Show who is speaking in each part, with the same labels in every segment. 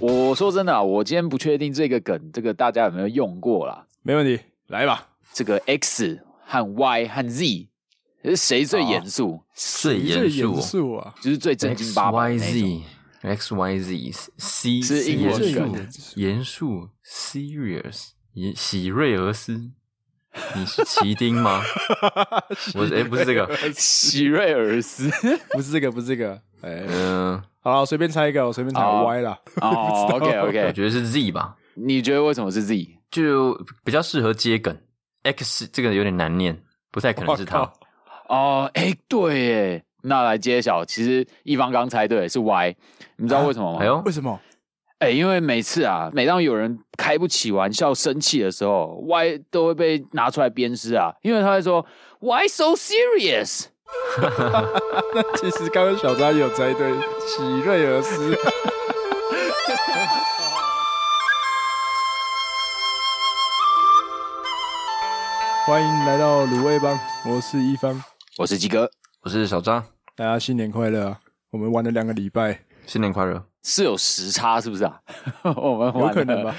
Speaker 1: 我说真的、啊，我今天不确定这个梗，这个大家有没有用过啦？
Speaker 2: 没问题，来吧。
Speaker 1: 这个 X 和 Y 和 Z 是谁最严肃？
Speaker 3: 最严肃
Speaker 2: 严肃啊！
Speaker 1: 就是最正经
Speaker 3: 哦，X
Speaker 1: 八百
Speaker 3: Y
Speaker 1: 的那种。
Speaker 3: Z X Y Z C
Speaker 1: 是英文
Speaker 3: 严
Speaker 1: 梗
Speaker 3: 肃，严肃 serious，喜喜瑞俄斯，你是奇 丁吗？我哎、不是这个，
Speaker 1: 喜瑞尔斯
Speaker 2: 不是这个，不是这个。哎，
Speaker 3: 嗯、
Speaker 2: 好啦，随便猜一个，我随便猜
Speaker 1: 好
Speaker 2: Y 啦。
Speaker 1: 哦，OK
Speaker 3: 我
Speaker 1: OK，
Speaker 3: 觉得是 Z 吧，
Speaker 1: 你觉得为什么是 Z？
Speaker 3: 就比较适合接梗。X 这个有点难念，不太可能是
Speaker 2: 我
Speaker 3: 他
Speaker 2: 靠。
Speaker 1: 哦，哎、对耶，那来揭晓。其实一方刚猜对是 Y，你知道为什么吗？
Speaker 3: 哎呦
Speaker 2: 为，什么？
Speaker 1: 哎、因为每次啊，每当有人开不起玩笑、生气的时候，Y 都会被拿出来鞭尸啊，因为他会说 Why so serious？
Speaker 2: 其实刚刚小张有猜对，喜瑞俄斯。 欢迎来到卤味帮，我是一方，
Speaker 1: 我是鸡哥，
Speaker 3: 我是小张，
Speaker 2: 大家新年快乐啊！我们玩了两个礼拜，
Speaker 3: 新年快乐！
Speaker 1: 是有时差是不是啊？ 我们
Speaker 2: 有
Speaker 1: 玩
Speaker 2: 可能
Speaker 1: 了
Speaker 2: 吧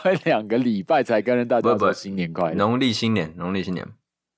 Speaker 1: 快两个礼拜才跟大家
Speaker 3: 不不
Speaker 1: 说新年快乐，
Speaker 3: 农历新年，农历新年，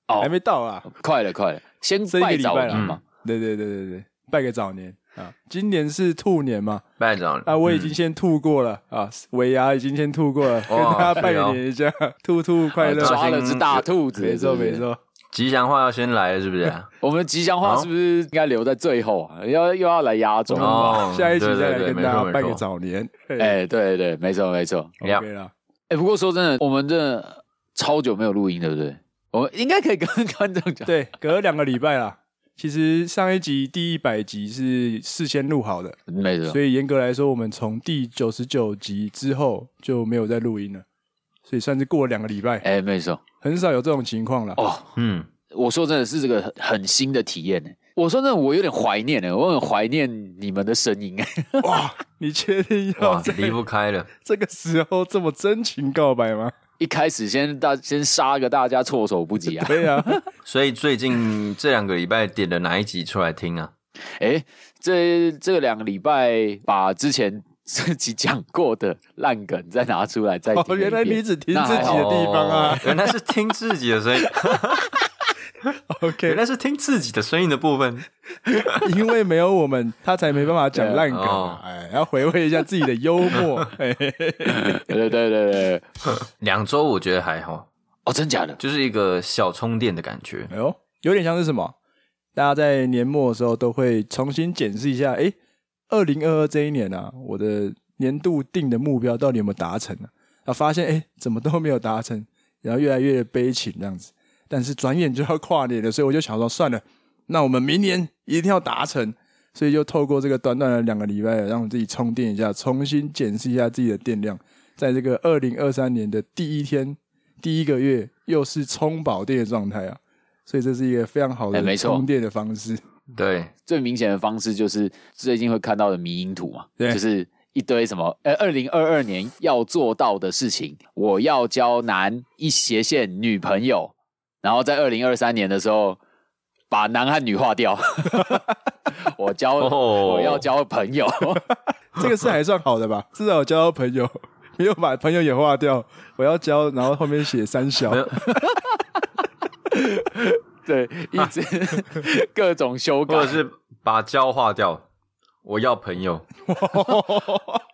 Speaker 1: 哦
Speaker 2: 还没到啊，
Speaker 1: 快了快了，先
Speaker 2: 这一个
Speaker 1: 拜
Speaker 2: 礼
Speaker 1: 早
Speaker 2: 拜嗯
Speaker 1: 年
Speaker 2: 啦
Speaker 1: 嘛。
Speaker 2: 对对对对对，拜个早年啊！今年是兔年嘛，
Speaker 3: 拜嗯长
Speaker 2: 啊，我已经先吐过了、啊，尾牙已经先吐过了，跟大家拜个年一下，
Speaker 3: 啊
Speaker 2: 兔兔快乐，
Speaker 1: 啊抓了只大兔子，
Speaker 2: 没错
Speaker 1: 是不是
Speaker 2: 没。错，
Speaker 3: 吉祥话要先来了，是不是啊？
Speaker 1: 我们吉祥话
Speaker 3: 好
Speaker 1: 是不是应该留在最后啊？要又要来压轴了吧？
Speaker 3: 哦，
Speaker 2: 下一集
Speaker 3: 对
Speaker 2: 再来
Speaker 3: 对对
Speaker 2: 跟
Speaker 3: 没
Speaker 2: 大
Speaker 3: 错
Speaker 2: 家
Speaker 3: 没
Speaker 2: 拜
Speaker 3: 错
Speaker 2: 个早年，
Speaker 1: 哎、对对，没错没错。
Speaker 2: o k 了，
Speaker 1: 哎、不过说真的，我们真的超久没有录音，对不对？我们应该可以跟 观众讲，
Speaker 2: 对，隔了两个礼拜啦。其实上一集第一百集是事先录好的，
Speaker 1: 没错
Speaker 3: 啊
Speaker 2: 所。以严格来说，我们从第九十九集之后就没有再录音了，所以算是过了两个礼拜，
Speaker 1: 哎、没错。
Speaker 2: 很少有这种情况了。
Speaker 1: 哦，
Speaker 3: 嗯，
Speaker 1: 我说真的是这个很很新的体验呢。欸我说真的，我有点怀念呢，我很怀念你们的声音。
Speaker 2: 哇，你确定要
Speaker 1: 哦
Speaker 3: 哇
Speaker 2: 在，
Speaker 3: 离不开了。
Speaker 2: 这个时候这么真情告白吗？
Speaker 1: 一开始先大先杀个大家措手不 及啊！
Speaker 2: 对啊，
Speaker 3: 所以最近这两个礼拜点了哪一集出来听啊？
Speaker 1: 哎，这这两个礼拜把之前自己讲过的烂梗再拿出来再听一
Speaker 2: 哦，
Speaker 1: 遍、
Speaker 2: 原来你只听
Speaker 1: 那
Speaker 2: 自
Speaker 1: 还
Speaker 2: 己
Speaker 1: 好
Speaker 2: 的地方啊
Speaker 3: 哦。原来是听自己的声音，原
Speaker 2: ，OK，
Speaker 3: 来是听自己的声音的部分。
Speaker 2: 因为没有我们，他才没办法讲烂梗
Speaker 3: 对哦
Speaker 2: 啊。哎，要回味一下自己的幽 默。哎，
Speaker 1: 对对对对，对
Speaker 3: 两周我觉得还好，
Speaker 1: 哦，真假的？
Speaker 3: 就是一个小充电的感觉。
Speaker 2: 哎呦，有点像是什么？大家在年末的时候都会重新检视一下，哎，二零二二这一年啊，我的年度定的目标到底有没有达成啊？啊，发现哎，怎么都没有达成，然后越来越悲情这样子。但是转眼就要跨年了，所以我就想说，算了，那我们明年一定要达成。所以就透过这个短短的两个礼拜，让自己充电一下，重新检视一下自己的电量。在这个二零二三年的第一天、第一个月，又是充饱电的状态啊，所以这是一个非常好
Speaker 1: 哎没
Speaker 2: 的
Speaker 1: 错
Speaker 2: 充电的方式。
Speaker 3: 对，
Speaker 1: 最明显的方式就是最近会看到的迷因图嘛，
Speaker 2: 对
Speaker 1: 就是一堆什么，呃，二零二二年要做到的事情，我要交男一斜线女朋友，然后在二零二三年的时候把男和女划掉， 我交、
Speaker 3: 哦
Speaker 1: 我要交朋友，
Speaker 2: 这个是还算好的吧， 至少有交到朋友，没有把朋友也划掉。我要交，然后后面写三小
Speaker 3: 没，有
Speaker 1: 对，一 直各种修改
Speaker 3: 或者，是把交化掉，我要 朋友。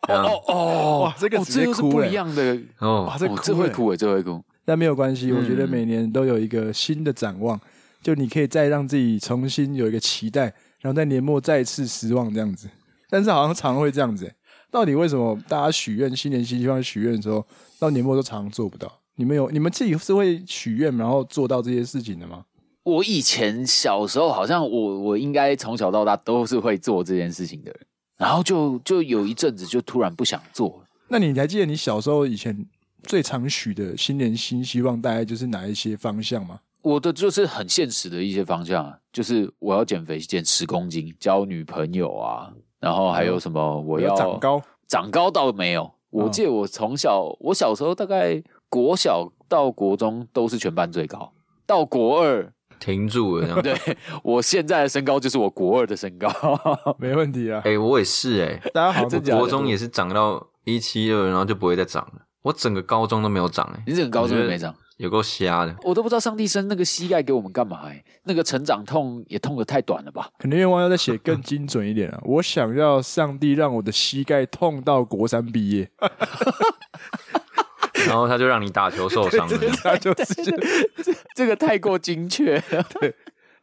Speaker 3: 这样
Speaker 1: 哦哦，
Speaker 2: 哇这个
Speaker 1: 哦
Speaker 2: 直接
Speaker 1: 这是
Speaker 2: 哭
Speaker 1: 不
Speaker 2: 欸
Speaker 1: 一样的，
Speaker 2: 哇
Speaker 3: 哦，
Speaker 2: 这
Speaker 1: 哦
Speaker 2: 哭
Speaker 1: 这会
Speaker 2: 欸
Speaker 1: 哭诶，这会哭，
Speaker 2: 但没有关系，我觉得
Speaker 3: 嗯
Speaker 2: 每年都有一个新的展望，就你可以再让自己重新有一个期待，然后在年末再次失望这样子。但是好像常会这样子、欸，到底为什么大家许愿新年新希望许愿的时候，到年末都常常做不到？你们有你们自己是会许愿然后做到这些事情的吗？
Speaker 1: 我以前小时候好像我我应该从小到大都是会做这件事情的人，然后就就有一阵子就突然不想做了。
Speaker 2: 那你还记得你小时候以前最常许的新年新希望大概就是哪一些方向吗？
Speaker 1: 我的就是很现实的一些方向啊，就是我要减肥减十公斤，交女朋友啊，然后还有什么我要
Speaker 2: 嗯长，高，
Speaker 1: 长高倒没有。我
Speaker 2: 嗯
Speaker 1: 记得我从小我小时候大概国小到国中都是全班最高，到国二，
Speaker 3: 停住了。这样
Speaker 1: 对我现在的身高就是我国二的身高。
Speaker 2: 没问题啊。
Speaker 3: 哎，我也是哎，
Speaker 2: 大家好像
Speaker 1: 真
Speaker 2: 不
Speaker 1: 假的
Speaker 3: 国中也是长到一一七二，然后就不会再涨了。我整个高中都没有涨哎、
Speaker 1: 你整个高中都没涨，
Speaker 3: 有够瞎的。
Speaker 1: 我都不知道上帝生那个膝盖给我们干嘛、欸？那个成长痛也痛得太短了吧？
Speaker 2: 可能愿望要再写更精准一点啊！我想要上帝让我的膝盖痛到国三毕业，
Speaker 3: 然后他就让你打球受 伤了。
Speaker 2: 那就是。
Speaker 1: 这个太过精确了。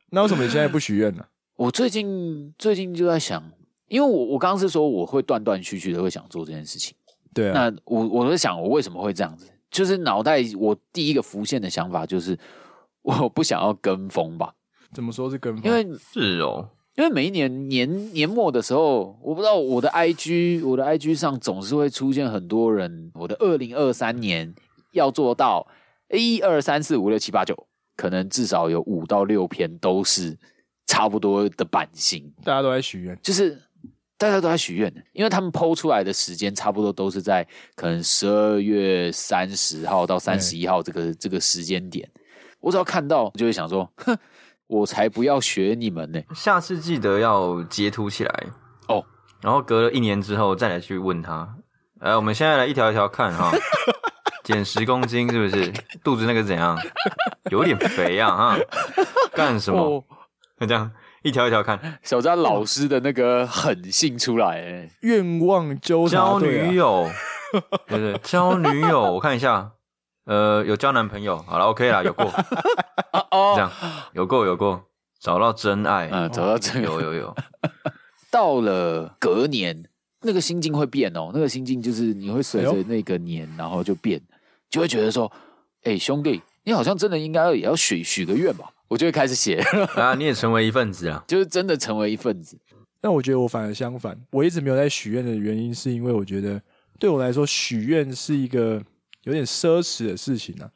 Speaker 2: 那为什么你现在不许愿呢？
Speaker 1: 我最近最近就在想，因为我我刚刚是说我会断断续续的会想做这件事情。
Speaker 2: 对啊，
Speaker 1: 那我我在想，我为什么会这样子？就是脑袋我第一个浮现的想法就是， 我不想要跟风吧，
Speaker 2: 怎么说是跟风？
Speaker 1: 因为
Speaker 3: 是哦，
Speaker 1: 因为每一年年年末的时候，我不知道我的 IG 我的 IG 上总是会出现很多人，我的二零二三年要做到一二三四五六七八九，可能至少有五到六篇都是差不多的版型，
Speaker 2: 大家都在许愿，
Speaker 1: 就是大家都在许愿，因为他们剖出来的时间差不多都是在可能十二月三十号到三十一号这个这个时间点，我只要看到就会想说，哼，我才不要学你们呢、
Speaker 3: 下次记得要截图起来
Speaker 1: 哦，
Speaker 3: 然后隔了一年之后再来去问他。来，我们现在来一条一条看哈，减十公斤是不是？肚子那个怎样？有点肥啊哈，干什
Speaker 2: 哦
Speaker 3: 么？这样一条一条看，
Speaker 1: 小张老师的那个狠性出来、欸，
Speaker 2: 愿望纠察
Speaker 3: 交
Speaker 2: 队
Speaker 3: 女
Speaker 2: 啊，
Speaker 3: 友，对对，交女友，我看一下，呃，有交男朋友，好了，OK 啦，有过，
Speaker 1: 哦
Speaker 3: 这样有过有过，找到真爱，
Speaker 1: 嗯，走到这
Speaker 3: 有
Speaker 1: 个，
Speaker 3: 有有，
Speaker 1: 到了隔年，那个心境会变哦，那个心境就是你会随着那个年，然后就变，就会觉得说，哎、兄弟，你好像真的应该也要许许个愿吧，我就会开始写，
Speaker 3: 啊，你也成为一份子啊，
Speaker 1: 就是真的成为一份子，
Speaker 2: 但我觉得我反而相反，我一直没有在许愿的原因，是因为我觉得对我来说，许愿是一个有点奢侈的事情啊。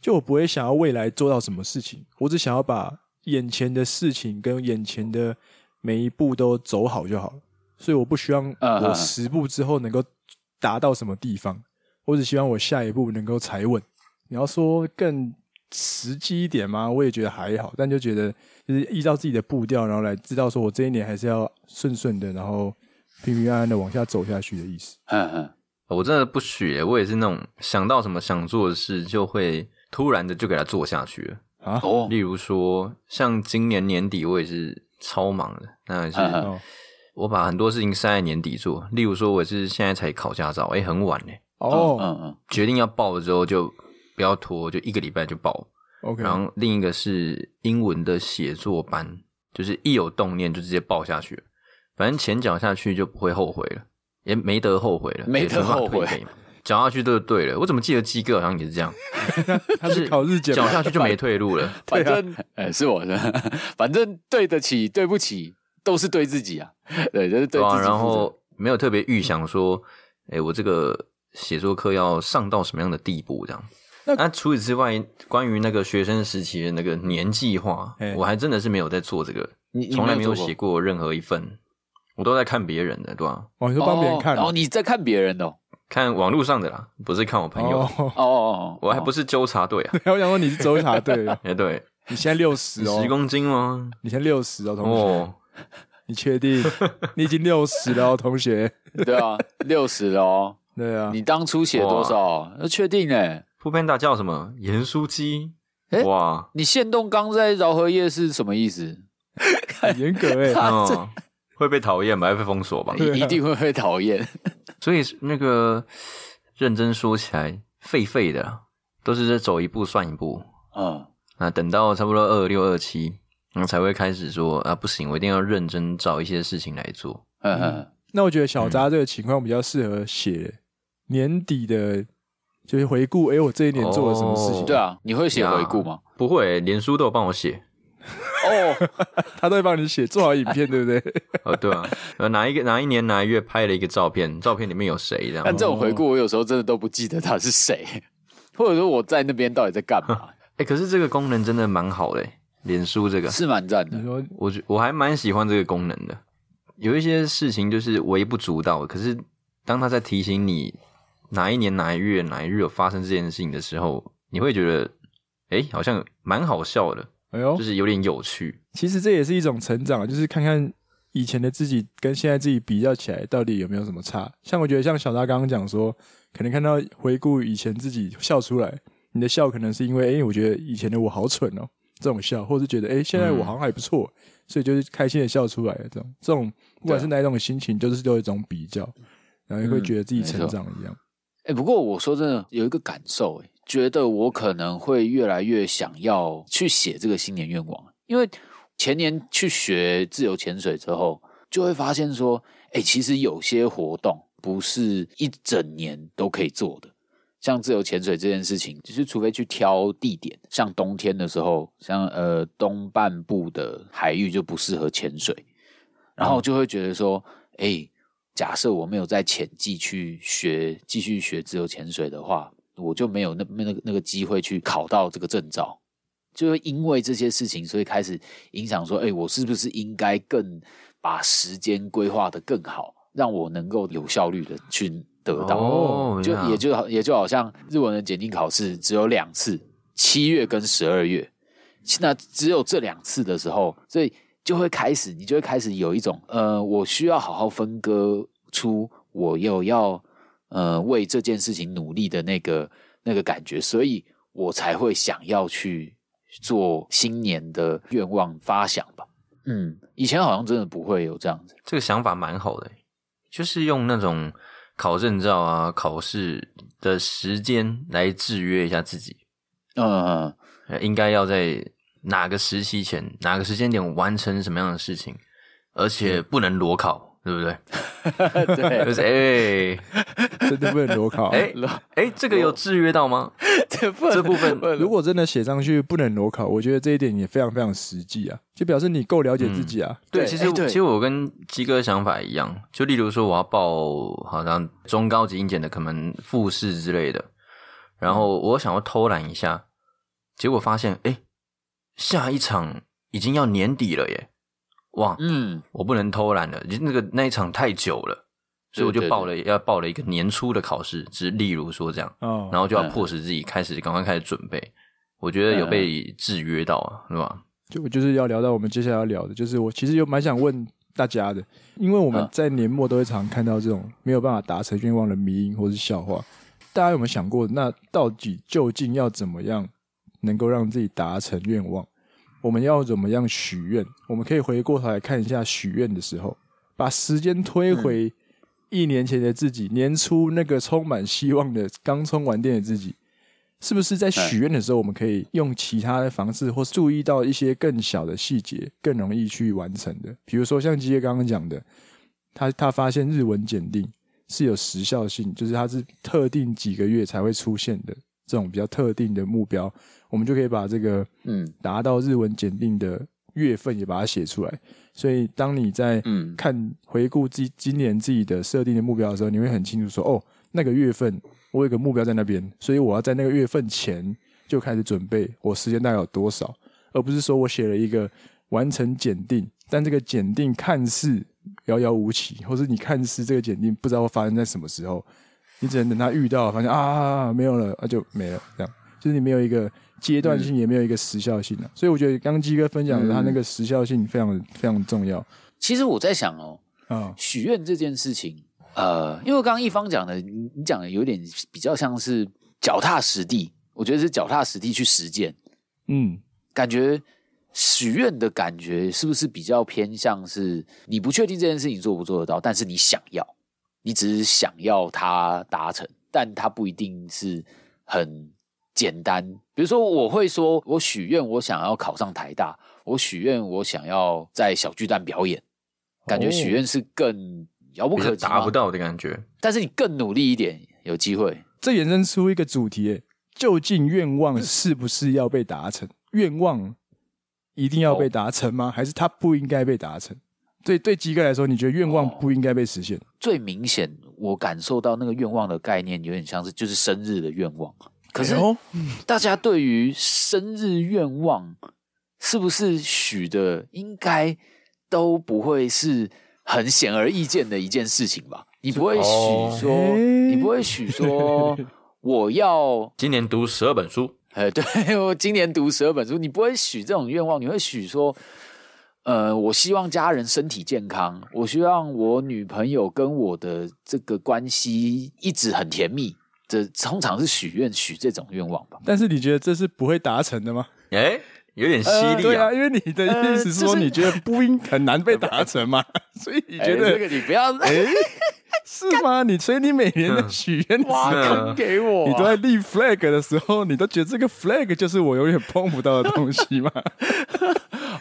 Speaker 2: 就我不会想要未来做到什么事情，我只想要把眼前的事情跟眼前的每一步都走好就好了。所以我不希望
Speaker 1: 嗯
Speaker 2: 我
Speaker 1: 嗯
Speaker 2: 十步之后能够达到什么地方，我只希望我下一步能够踩稳。你要说更实际一点吗？我也觉得还好，但就觉得就是依照自己的步调，然后来知道说我这一年还是要顺顺的，然后平平安安的往下走下去的意思。
Speaker 1: 嗯嗯，
Speaker 3: 我真的不许、我也是那种想到什么想做的事，就会突然的就给它做下去了。
Speaker 1: 哦
Speaker 3: 例，如说，像今年年底我也是超忙的，那也是
Speaker 1: 嗯嗯
Speaker 2: 哦
Speaker 3: 我把很多事情塞在年底做。例如说，我也是现在才考驾照，哎、很晚嘞、
Speaker 2: 哦
Speaker 1: 嗯嗯，
Speaker 3: 决定要报了之后就不要拖，就一个礼拜就报。
Speaker 2: ，OK，
Speaker 3: 呃然
Speaker 1: 嗯
Speaker 3: 后另一个是英文的写作班，就是一有动念就直接报下去了，反正前脚下去就不会后悔了，也没得后悔了，
Speaker 1: 没得
Speaker 3: 也没办法
Speaker 1: 后悔
Speaker 3: 退费嘛，脚下去就对了。我怎么记得鸡哥好像也是这样，
Speaker 2: 他
Speaker 3: 就是
Speaker 2: 考日检
Speaker 3: 脚
Speaker 2: 吗，
Speaker 3: 下去就没 退路了。
Speaker 1: 反正，哎、是我 的，反正对得起，对不起，都是对自己啊， 对，就是对
Speaker 3: 对啊，
Speaker 1: 自己负责。
Speaker 3: 然后没有特别预想说，哎、我这个写作课要上到什么样的地步这样。
Speaker 2: 那
Speaker 3: 那、除此之外，关于那个学生时期的那个年计划
Speaker 2: 嘿，
Speaker 3: 我还真的是没有在做这个
Speaker 1: 你，你
Speaker 3: 从来
Speaker 1: 没
Speaker 3: 没
Speaker 1: 有
Speaker 3: 有
Speaker 1: 做过
Speaker 3: 写过任何一份，我都在看别人的，对吧、
Speaker 2: 哦，你说帮别人
Speaker 1: 哦
Speaker 2: 看
Speaker 1: 哦，你在看别人的哦，
Speaker 3: 看网络上的啦，不是看我朋友，
Speaker 2: 哦
Speaker 1: 哦哦，哦
Speaker 3: 我还不
Speaker 1: 哦
Speaker 3: 是纠察队 啊。
Speaker 2: 对，我想说你是纠察队哦，
Speaker 3: 哎、对，
Speaker 2: 你现在六十哦
Speaker 3: 十，公斤吗？
Speaker 2: 你现在六十哦，同学，
Speaker 3: 哦，
Speaker 2: 你确定？你已经六十了哦，同学。
Speaker 1: 对啊，六十了哦。
Speaker 2: 对 啊，
Speaker 1: 你当初写多少？那确定哎、
Speaker 3: 铺片大叫什么？盐酥鸡
Speaker 1: 哎？
Speaker 3: 哇，
Speaker 1: 你限动刚在饶河夜市什么意思？
Speaker 2: 很严格哎，
Speaker 1: 啊
Speaker 3: 嗯，会被讨厌吧？会被封锁吧？
Speaker 2: 对啊
Speaker 1: 一一定会被讨 厌。
Speaker 3: 所以那个认真说起来，废废的啊，都是在走一步算一步。
Speaker 1: 嗯，
Speaker 3: 那等到差不多二六二七，然后才会开始说啊，不行，我一定要认真找一些事情来做。
Speaker 1: 嗯嗯，
Speaker 2: 那我觉得小扎这个情况比较适合写年底的，就是回顾，哎，我这一年做了什么事情
Speaker 3: 哦？
Speaker 1: 对啊，你会写回顾吗？
Speaker 3: 不会，连书都有帮 我写。
Speaker 1: 哦，
Speaker 2: 他都会帮你写，做好影片，对不对？
Speaker 3: 哦，对啊，呃，哪一个哪一年哪一月拍了一个照片，照片里面有谁这样？
Speaker 1: 但这种回顾我有时候真的都不记得他是谁， 或者说我在那边到底在干 嘛，
Speaker 3: 哎、可是这个功能真的蛮好的欸，脸书
Speaker 2: 啊
Speaker 3: 这个，
Speaker 1: 是蛮赞的
Speaker 2: 你。说
Speaker 3: 我觉我还蛮喜欢这个功能的。有一些事情就是微不足道，可是当他在提醒你哪一年哪一月哪一日有发生这件事情的时候，你会觉得，哎、好像蛮好笑的，
Speaker 2: 哎呦
Speaker 1: 哦
Speaker 3: 就，是有点有趣。
Speaker 2: 其实这也是一种成长，就是看看以前的自己跟现在自己比较起来，到底有没有什么差？像我觉得，像小大刚刚讲说，可能看到回顾以前自己笑出来，你的笑可能是因为，哎、我觉得以前的我好蠢哦、这种笑，或是觉得，哎、现在
Speaker 1: 嗯
Speaker 2: 我好像还不错，所以就是开心的笑出来，这种这种不管是哪一种心情，就是都有一种比较，然后也会觉得自己
Speaker 1: 啊嗯没错
Speaker 2: 成长一样。
Speaker 1: 哎、不过我说真的，有一个感受、欸，觉得我可能会越来越想要去写这个新年愿望，因为前年去学自由潜水之后，就会发现说，哎、其实有些活动不是一整年都可以做的。像自由潜水这件事情，就是除非去挑地点，像冬天的时候，像呃东半部的海域就不适合潜水，然
Speaker 3: 嗯
Speaker 1: 后就会觉得说，哎、假设我没有在潜季去学继续学自由潜水的话，我就没有那那个那个机会去考到这个证照。就会因为这些事情，所以开始影响说，哎、我是不是应该更把时间规划的更好，让我能够有效率的去得到？
Speaker 3: 哦
Speaker 1: 就
Speaker 3: 原来
Speaker 1: 也就好也就好像日文的检定考试只有两次，七月跟十二月，那只有这两次的时候，所以就会开始，你就会开始有一种，呃，我需要好好分割出我有要，呃，为这件事情努力的那个那个感觉，所以我才会想要去做新年的愿望发想吧。嗯，以前好像真的不会有这样子，
Speaker 3: 这个想法蛮好的欸，就是用那种考证照啊、考试的时间来制约一下自己，
Speaker 1: 嗯嗯。嗯
Speaker 3: 呃应该要在哪个时期前、哪个时间点完成什么样的事情，而且不能裸考，对不对？
Speaker 1: 对，
Speaker 3: 就是哎
Speaker 2: 真的不能哦裸考、啊
Speaker 3: 哎哎，这个有制约到吗？
Speaker 1: 这部
Speaker 3: 这 部分
Speaker 2: 如果真的写上去不能裸考，我觉得这一点也非常非常实际啊，就表示你够了解自己啊。
Speaker 1: 对
Speaker 3: 对，其实
Speaker 1: 哎
Speaker 3: 我
Speaker 1: 对
Speaker 3: 其实我跟鸡哥想法一样，就例如说我要报好像中高级英检的可能复试之类的，然后我想要偷懒一下，结果发现哎，下一场已经要年底了耶，哇，
Speaker 1: 嗯，
Speaker 3: 我不能偷懒了，就那个那一场太久了，所以我就
Speaker 1: 对对
Speaker 3: 报了要报了一个年初的考试，只例如说这样，
Speaker 2: 哦，
Speaker 3: 然后就要
Speaker 1: 嗯
Speaker 3: 迫使自己开始赶快开始准备，我觉得有被制约到啊，对吧？
Speaker 2: 就我就是要聊到我们接下来要聊的，就是我其实有蛮想问大家的，因为我们
Speaker 1: 嗯
Speaker 2: 在年末都会常看到这种没有办法达成愿望的迷因或是笑话，大家有没有想过，那到底究竟要怎么样能够让自己达成愿望？我们要怎么样许愿？我们可以回过头来看一下许愿的时候，把时间推回一年前的自己，年初那个充满希望的刚充完电的自己，是不是在许愿的时候，我们可以用其他的方式，或是注意到一些更小的细节，更容易去完成的？比如说像基业刚刚讲的，他他发现日文检定是有时效性，就是它是特定几个月才会出现的这种比较特定的目标，我们就可以把这个
Speaker 1: 嗯
Speaker 2: 达到日文检定的月份也把它写出来。所以当你在
Speaker 1: 嗯
Speaker 2: 看回顾自己今年自己的设定的目标的时候，你会很清楚说，哦，那个月份我有个目标在那边，所以我要在那个月份前就开始准备，我时间大概有多少，而不是说我写了一个完成检定，但这个检定看似遥遥无期，或是你看似这个检定不知道会发生在什么时候，你只能等它遇到，发现啊没有了，啊就没了，这样就是你没有一个阶
Speaker 1: 嗯
Speaker 2: 段性，也没有一个时效性啊。所以我觉得刚刚鸡哥分享的，他那个时效性非常非常重要
Speaker 1: 其实我在想哦，
Speaker 2: 啊。
Speaker 1: 许愿这件事情，呃，因为刚刚一方讲的，你你讲的有点比较像是脚踏实地，我觉得是脚踏实地去实践，
Speaker 2: 嗯，
Speaker 1: 感觉许愿的感觉是不是比较偏向是你不确定这件事情做不做得到，但是你想要，你只是想要它达成，但它不一定是很简单。比如说，我会说我许愿，我想要考上台大，我许愿我想要在小巨蛋表演，感觉
Speaker 2: 哦
Speaker 1: 许愿是更遥不
Speaker 3: 比较
Speaker 1: 可及
Speaker 3: 哦达
Speaker 1: 嘛
Speaker 3: 不，到的感觉，
Speaker 1: 但是你更努力一点，有机会。
Speaker 2: 这衍生出一个主题耶：究竟愿望是不是要被达成？愿望一定要被达成
Speaker 1: 哦
Speaker 2: 吗？还是它不应该被达成？对对，鸡哥来说，你觉得愿
Speaker 1: 哦
Speaker 2: 望不应该被实现？
Speaker 1: 最明显，我感受到那个愿望的概念有点像是就是生日的愿望。可是
Speaker 2: 哎呦
Speaker 1: 大家对于生日愿望是不是许的，应该都不会是很显而易见的一件事情吧？你不会
Speaker 3: 哦
Speaker 1: 许说，
Speaker 2: 哎
Speaker 1: 你不会许说我要
Speaker 3: 今年读十二本书，
Speaker 1: 呃，对我今年读十二本书，你不会许这种愿望，你会许说，呃，我希望家人身体健康，我希望我女朋友跟我的这个关系一直很甜蜜。这通常是许愿许这种愿望吧。
Speaker 2: 但是你觉得这是不会达成的吗？
Speaker 3: 哎、有点犀
Speaker 1: 呃
Speaker 3: 利
Speaker 2: 对
Speaker 3: 啊！
Speaker 2: 啊，因为你的
Speaker 1: 呃
Speaker 2: 意思是说
Speaker 1: 就是
Speaker 2: 你觉得不应很难被达 成嘛，所以你觉
Speaker 1: 哎这
Speaker 2: 得
Speaker 1: 个你不 要
Speaker 2: 是吗？你所以你每年的许愿的时
Speaker 1: 挖
Speaker 2: 候，
Speaker 1: 坑给我啊，
Speaker 2: 你都在立 flag 的时候，你都觉得这个 flag 就是我永远碰不到的东西 嘛？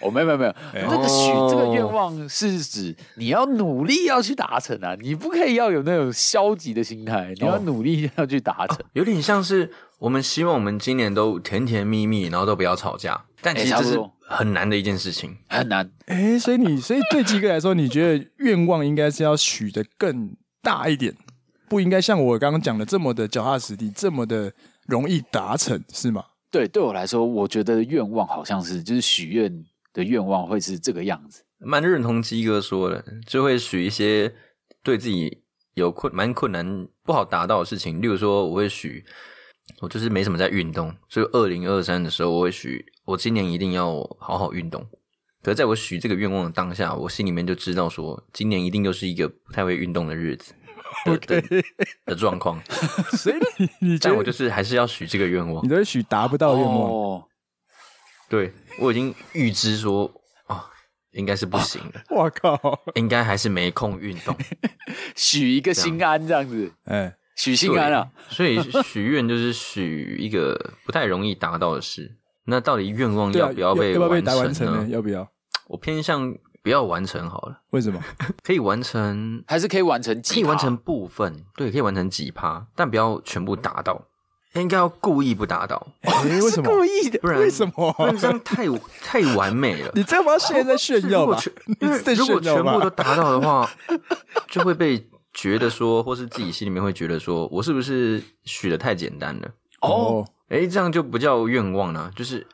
Speaker 1: 哦，没有没有没有，这个许
Speaker 3: 哦
Speaker 1: 这个愿望是指你要努力要去达成啊，你不可以要有那种消极的心态，你要努力要去达成。
Speaker 3: 有点像是我们希望我们今年都甜甜蜜蜜，然后都不要吵架，但其实
Speaker 1: 哎
Speaker 3: 这
Speaker 1: 差不
Speaker 3: 是
Speaker 1: 多
Speaker 3: 很难的一件事情。
Speaker 1: 很难，
Speaker 2: 哎、所以你，所以对鸡哥来说，你觉得愿望应该是要许的更大一点，不应该像我刚刚讲的这么的脚踏实地，这么的容易达成，是吗？
Speaker 1: 对对我来说，我觉得愿望好像是就是许愿的愿望会是这个样子。
Speaker 3: 蛮认同鸡哥说的，就会许一些对自己有困蛮困难、不好达到的事情。例如说，我会许我就是没什么在运动，所以二零二三的时候，我会许我今年一定要好好运动。可是在我许这个愿望的当下，我心里面就知道说，今年一定又是一个不太会运动的日子的的的状况。
Speaker 2: 所以 你你觉
Speaker 3: 但我
Speaker 2: 得
Speaker 3: 就是还是要许这个愿望
Speaker 2: 你。都会许达不到的愿望？
Speaker 1: 哦，
Speaker 3: 对我已经预知说，哦，应该是不行的，
Speaker 2: 我靠！
Speaker 3: 应该还是没空运 动。
Speaker 1: 许一个心安这样子，
Speaker 2: 哎、
Speaker 1: 许心安啊，
Speaker 3: 所以许愿就是许一个不太容易达到的事。那到底愿望
Speaker 2: 对啊，
Speaker 3: 要不要被
Speaker 2: 要不要被达
Speaker 3: 完
Speaker 2: 完
Speaker 3: 成
Speaker 2: 成呢？
Speaker 3: 呢？
Speaker 2: 要不要？
Speaker 3: 我偏向不要完成好了，
Speaker 2: 为什 么？
Speaker 3: 可以完成，
Speaker 1: 还是可以完成几
Speaker 3: 可以完成部分，对，可以完成几趴，但不要全部达到。应该要故意不 达到，
Speaker 2: 哎、为什
Speaker 1: 是
Speaker 2: 么？
Speaker 1: 故意的
Speaker 3: 不然
Speaker 2: 为什么
Speaker 3: 不然这样太太完美 了。
Speaker 2: 你这不要现在在炫耀吧
Speaker 3: 哦是？
Speaker 2: 你
Speaker 3: 如果
Speaker 2: 是在
Speaker 3: 全因为如果
Speaker 2: 炫耀
Speaker 3: 全部都
Speaker 2: 吧？
Speaker 3: 达到 的话，就会被觉得说，或是自己心里面会觉得说，我是不是许的太简单了？
Speaker 1: 哦，
Speaker 2: 哦，
Speaker 3: 哎，这样就不叫愿望了、就是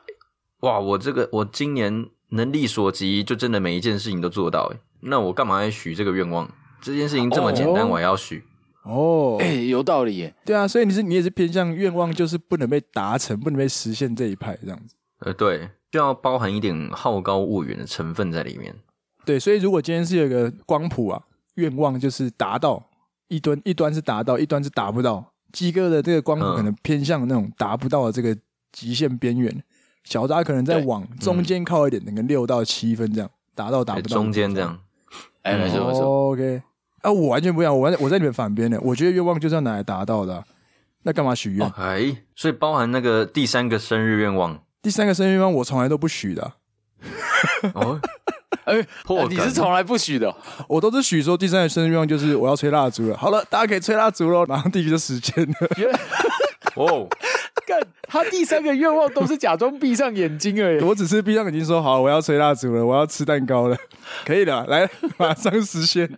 Speaker 3: 哇，我这个我今年能力所及，就真的每一件事情都做到。哎，那我干嘛要许这个愿望？这件事情这么简单，
Speaker 2: 哦
Speaker 3: 我还要许？
Speaker 2: 哦，
Speaker 1: 哎，有道理耶，
Speaker 2: 对啊，所以你是你也是偏向愿望，就是不能被达成，不能被实现这一派这样子。
Speaker 3: 呃，对，就要包含一点好高骛远的成分在里面。
Speaker 2: 对，所以如果今天是有一个光谱啊，愿望就是达到一端，一端是达到，一端是达不到。鸡哥的这个光谱
Speaker 3: 嗯
Speaker 2: 可能偏向那种达不到的这个极限边缘，小扎可能再
Speaker 1: 对
Speaker 2: 往
Speaker 3: 嗯
Speaker 2: 中间靠一点，可能六到七分这样，达到达
Speaker 3: 哎
Speaker 2: 不到
Speaker 3: 中间这。样，
Speaker 1: 哎，没错没错，
Speaker 2: o k 啊，我完全不一样，我完我在里面反边的，我觉得愿望就是要拿来达到的啊、那干嘛许愿？
Speaker 3: 哎，所以包含那个第三个生日 愿望
Speaker 2: 第三个生日愿望我从来都不许的啊、
Speaker 3: 哦，
Speaker 1: 哎，
Speaker 3: 破梗
Speaker 1: 你是从来不许的哦，
Speaker 2: 我都是许说第三个生日愿望就是我要吹蜡烛了。好了，大家可以吹蜡烛喽，马上第一个就实 现了。
Speaker 3: 哦，
Speaker 1: 干他第三个愿望都是假装闭上眼睛而已。
Speaker 2: 我只是闭上眼睛说好，我要吹蜡烛了，我要吃蛋糕了， 可以了，来， 马上实现。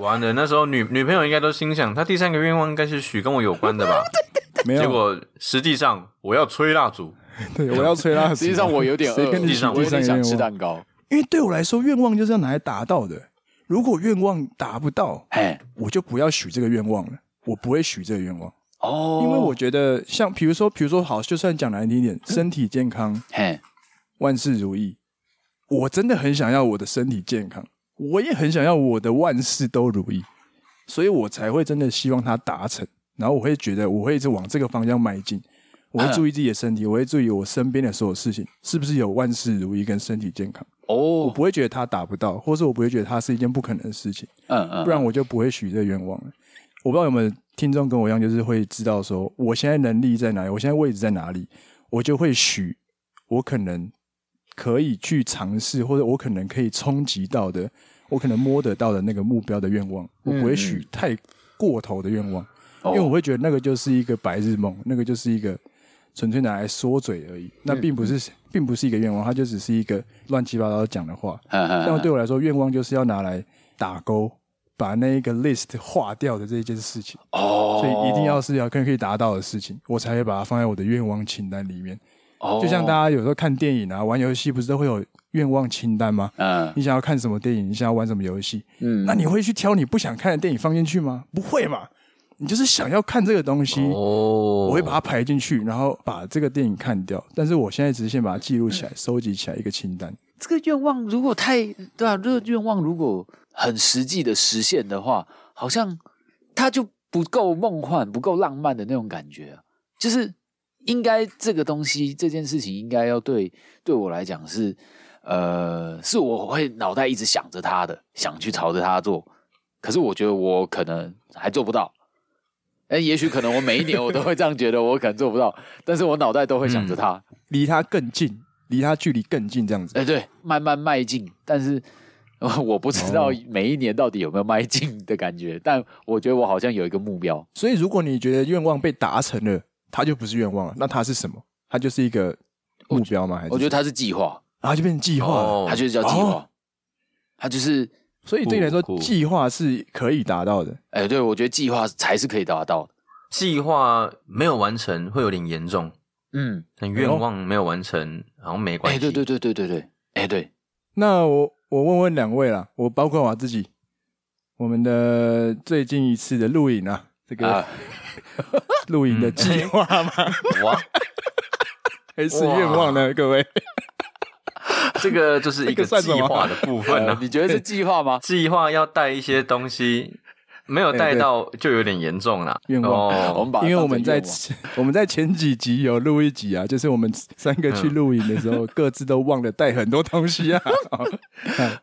Speaker 3: 完了，那时候女女朋友应该都心想，她第三个愿望应该是许跟我有关的吧？
Speaker 2: 没有，啊
Speaker 3: 结果实际上我要吹蜡烛。
Speaker 2: 对，我要吹蜡烛。
Speaker 1: 实际上我有点饿，
Speaker 2: 谁跟你
Speaker 3: 许
Speaker 1: 我有
Speaker 2: 第
Speaker 1: 点
Speaker 2: 三个
Speaker 1: 想
Speaker 2: 愿
Speaker 1: 吃
Speaker 2: 望？
Speaker 1: 蛋糕。
Speaker 2: 因为对我来说，愿望就是要拿来达到的。如果愿望达不到，
Speaker 1: 哎，
Speaker 2: 我就不要许这个愿望了，我不会许这个愿望，
Speaker 1: 哦，
Speaker 2: 因为我觉得像比如说，比如说好，就算讲难听 一点，身体健康，
Speaker 1: 嘿，
Speaker 2: 万事如意。我真的很想要我的身体健康，我也很想要我的万事都如意，所以我才会真的希望它达成。然后我会觉得我会一直往这个方向迈进，我会注意自己的身体，我会注意我身边的所有事情是不是有万事如意跟身体健康。我
Speaker 1: 哦，
Speaker 2: 不会觉得它达不到，或是我不会觉得它是一件不可能的事情，
Speaker 1: 嗯嗯，
Speaker 2: 不然我就不会许这个愿望了。我不知道有没有听众跟我一样，就是会知道说我现在能力在哪里，我现在位置在哪里，我就会许我可能可以去尝试，或者我可能可以冲击到的，我可能摸得到的那个目标的愿望，我不会许太过头的愿望，
Speaker 1: 哦
Speaker 2: 因为我会觉得那个就是一个白日梦，那个就是一个纯粹拿来说嘴而已，那并不是，并不是一个愿望，它就只是一个乱七八糟讲的话。
Speaker 1: 嗯嗯
Speaker 2: 但
Speaker 1: 嗯
Speaker 2: 对我来说，愿望就是要拿来打勾，把那一个 list 划掉的这一件事情，
Speaker 1: 哦，
Speaker 2: 所以一定要是要可以可以达到的事情，我才会把它放在我的愿望清单里面。
Speaker 1: 哦，
Speaker 2: 就像大家有时候看电影啊、玩游戏，不是都会有愿望清单吗？
Speaker 1: 嗯
Speaker 2: 你想要看什么电影，你想要玩什么游戏，
Speaker 1: 嗯，
Speaker 2: 那你会去挑你不想看的电影放进去吗？不会嘛，你就是想要看这个东西，
Speaker 3: 哦，
Speaker 2: 我会把它排进去，然后把这个电影看掉。但是我现在只是先把它记录起来，收集起来一个清单。
Speaker 1: 这个愿望如果太对啊，这个愿望如果很实际的实现的话，好像它就不够梦幻、不够浪漫的那种感觉啊、就是应该这个东西，这件事情应该要对对我来讲是，呃，是我会脑袋一直想着它的，想去朝着它做。可是我觉得我可能还做不到。哎，也许可能我每一年我都会这样觉得，我可能做不到，但是我脑袋都会想着它。
Speaker 2: 离他更近，离他距离更近，这样子。
Speaker 1: 哎、对，慢慢迈进，但是呃我不知道
Speaker 2: 哦每
Speaker 1: 每一年到底有没有迈进的感觉，但我觉得我好像有一个目标。
Speaker 2: 所以，如果你觉得愿望被达成了，它就不是愿望了，那它是什么？它就是一个目标吗？还是
Speaker 1: 我觉得它是计划，
Speaker 2: 然后就变成计划了。
Speaker 3: 哦
Speaker 1: 它就是叫计划，
Speaker 2: 哦
Speaker 1: 它就是
Speaker 2: 所以对你来说
Speaker 3: 酷，酷
Speaker 2: 计划是可以达到的。
Speaker 1: 哎、对我觉得计划才是可以达到的。
Speaker 3: 计划没有完成会有点严重，
Speaker 1: 嗯，
Speaker 3: 但
Speaker 2: 哎
Speaker 3: 愿望没有完成好像没
Speaker 1: 哎、
Speaker 3: 关系。
Speaker 1: 对对对对对对，哎、 对，
Speaker 2: 那我我问问两位啦，我包括我自己，我们的最近一次的录影啊，这个
Speaker 1: 啊，
Speaker 2: 录影的
Speaker 3: 嗯
Speaker 2: 计划吗？
Speaker 1: 啊
Speaker 3: 哇，
Speaker 2: 还是愿望呢？各位，
Speaker 3: 这个就是
Speaker 2: 这
Speaker 3: 一个
Speaker 2: 个算什么
Speaker 3: 计划的部分
Speaker 1: 呃
Speaker 3: 啊。
Speaker 1: 你觉得是计划 吗？
Speaker 3: 计划要带一些东西，没有带到就有点严重啦。
Speaker 2: 愿望
Speaker 1: 我
Speaker 3: 哦，
Speaker 1: 们把它
Speaker 2: 因为我们
Speaker 1: 当成
Speaker 2: 在
Speaker 1: 愿望
Speaker 2: 我们在前几集有录一集啊，就是我们三个
Speaker 1: 嗯
Speaker 2: 去露营的时候，各自都忘了带很多东西 啊。啊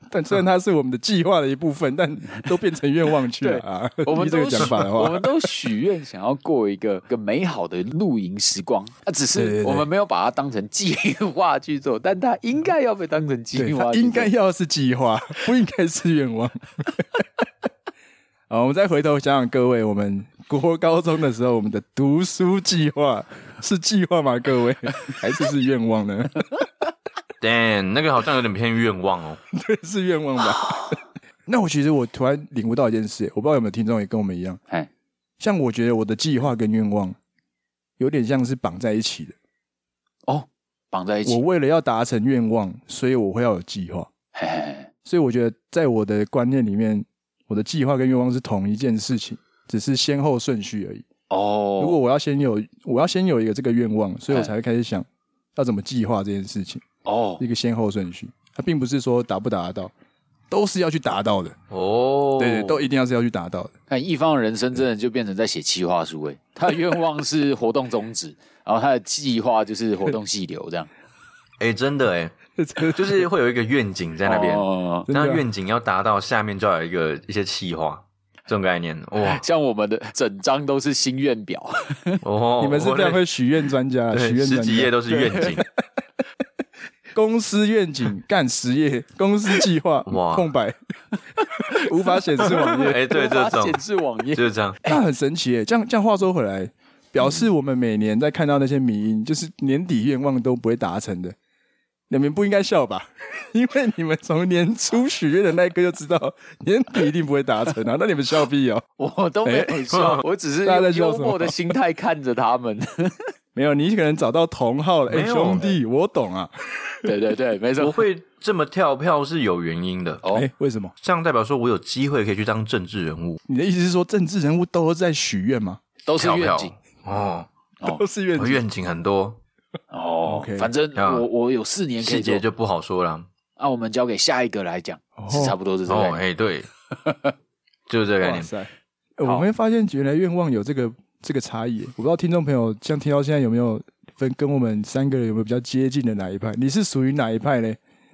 Speaker 2: 但虽然它是我们的计划的一部分，但都变成愿望去了啊。
Speaker 1: 我们
Speaker 2: 依这
Speaker 1: 都
Speaker 2: 个讲法的
Speaker 1: 我
Speaker 2: 话，
Speaker 1: 们都许愿想要过一个个美好的露营时光，啊，只
Speaker 2: 对对
Speaker 1: 是
Speaker 2: 对
Speaker 1: 我们没有把它当成计划去做，但它应该要被当成计
Speaker 2: 对，
Speaker 1: 划
Speaker 2: 它
Speaker 1: 去做，
Speaker 2: 应该要是计划，不应该是愿望。 好，我们再回头想想各位，我们国高中的时候，我们的读书计划是计划吗？各位，还是是愿望呢？
Speaker 3: 但那个好像有点偏愿望哦。
Speaker 2: 是愿望吧？那我其实我突然领悟到一件事，我不知道有没有听众也跟我们一样，
Speaker 1: 哎，
Speaker 2: 像我觉得我的计划跟愿望有点像是绑在一起的。
Speaker 1: 哦，绑在一起
Speaker 2: 我。为了要达成愿望，所以我会要有计划。
Speaker 1: 嘿嘿嘿
Speaker 2: 所以我觉得在我的观念里面，我的计划跟愿望是同一件事情，只是先后顺序而已。
Speaker 1: 哦，
Speaker 2: 如果我要先有，我要先有一个这个愿望，所以我
Speaker 1: 哎
Speaker 2: 才会开始想要怎么计划这件事情，
Speaker 1: 哦
Speaker 2: 一个先后顺序。它并不是说达不达得到，都是要去达到的。
Speaker 3: 哦，
Speaker 2: 对对，都一定要是要去达到的。
Speaker 1: 看一方的人生真的就变成在写企划书诶，他的愿望是活动宗旨， 然后他的计划就是活动细流这样，
Speaker 3: 哎，真的哎，
Speaker 2: 啊
Speaker 3: 就是会有一个愿景在那边，
Speaker 1: 哦
Speaker 2: 真的
Speaker 3: 那
Speaker 2: 啊
Speaker 3: 愿景要达到，下面就要有一个一些企划。这种概念 哇
Speaker 1: 像我们的整张都是心愿表，
Speaker 3: 哦，
Speaker 2: 你们是这样会许愿专家，
Speaker 3: 我
Speaker 2: 许
Speaker 3: 对
Speaker 2: 愿
Speaker 3: 十
Speaker 2: 专
Speaker 3: 几页
Speaker 2: 家，
Speaker 3: 都是愿景，
Speaker 2: 公司愿景干实业，公司计划
Speaker 3: 哇
Speaker 2: 空白， 无法显示网 页。
Speaker 3: 哎，对，
Speaker 1: 无法
Speaker 3: 这种
Speaker 1: 显示网页
Speaker 3: 就是这样，
Speaker 2: 那很神奇耶！这样这样，话说回来，表示我们每年在看到那些迷因，就是年底愿望都不会达成的。你们不应该笑吧？ 因为你们从年初许愿的那一刻就知道年底一定不会达成啊！那你们笑屁哦！
Speaker 1: 我都没有 笑，我只是
Speaker 2: 大家在
Speaker 1: 用
Speaker 2: 笑
Speaker 1: 幽
Speaker 2: 什么
Speaker 1: 默的心态看着他们。
Speaker 2: 没有，你可能找到同号了。哎、
Speaker 3: 没有
Speaker 2: 兄弟，我懂啊！
Speaker 1: 对对对，没
Speaker 3: 我
Speaker 1: 错。
Speaker 3: 会这么跳票是有原因的，
Speaker 1: 哦
Speaker 2: 哎、为什么？
Speaker 3: 这样代表说我有机会可以去当政治人物，
Speaker 2: 你的意思是说政治人物都在许愿吗？
Speaker 1: 都是
Speaker 3: 跳
Speaker 1: 愿
Speaker 3: 票
Speaker 1: 景
Speaker 3: 哦，
Speaker 1: 哦
Speaker 2: 都是愿
Speaker 3: 我
Speaker 2: 景。
Speaker 3: 愿景很多，
Speaker 1: 哦
Speaker 2: OK。
Speaker 1: 反正
Speaker 3: 啊
Speaker 1: 我我有四年可
Speaker 3: 细
Speaker 1: 以做
Speaker 3: 节，就不好说了。
Speaker 1: 那我们交给下一个来讲，是差不多是这
Speaker 3: 哦，
Speaker 1: 个。
Speaker 3: 哎，对，就是这个概
Speaker 2: 哇
Speaker 3: 念。
Speaker 2: 塞！我会发现原来愿望有这个这个差异。我不知道听众朋友像听到现在有没有分跟我们三个人有没有比较接近的哪一派？你是属于哪一派呢？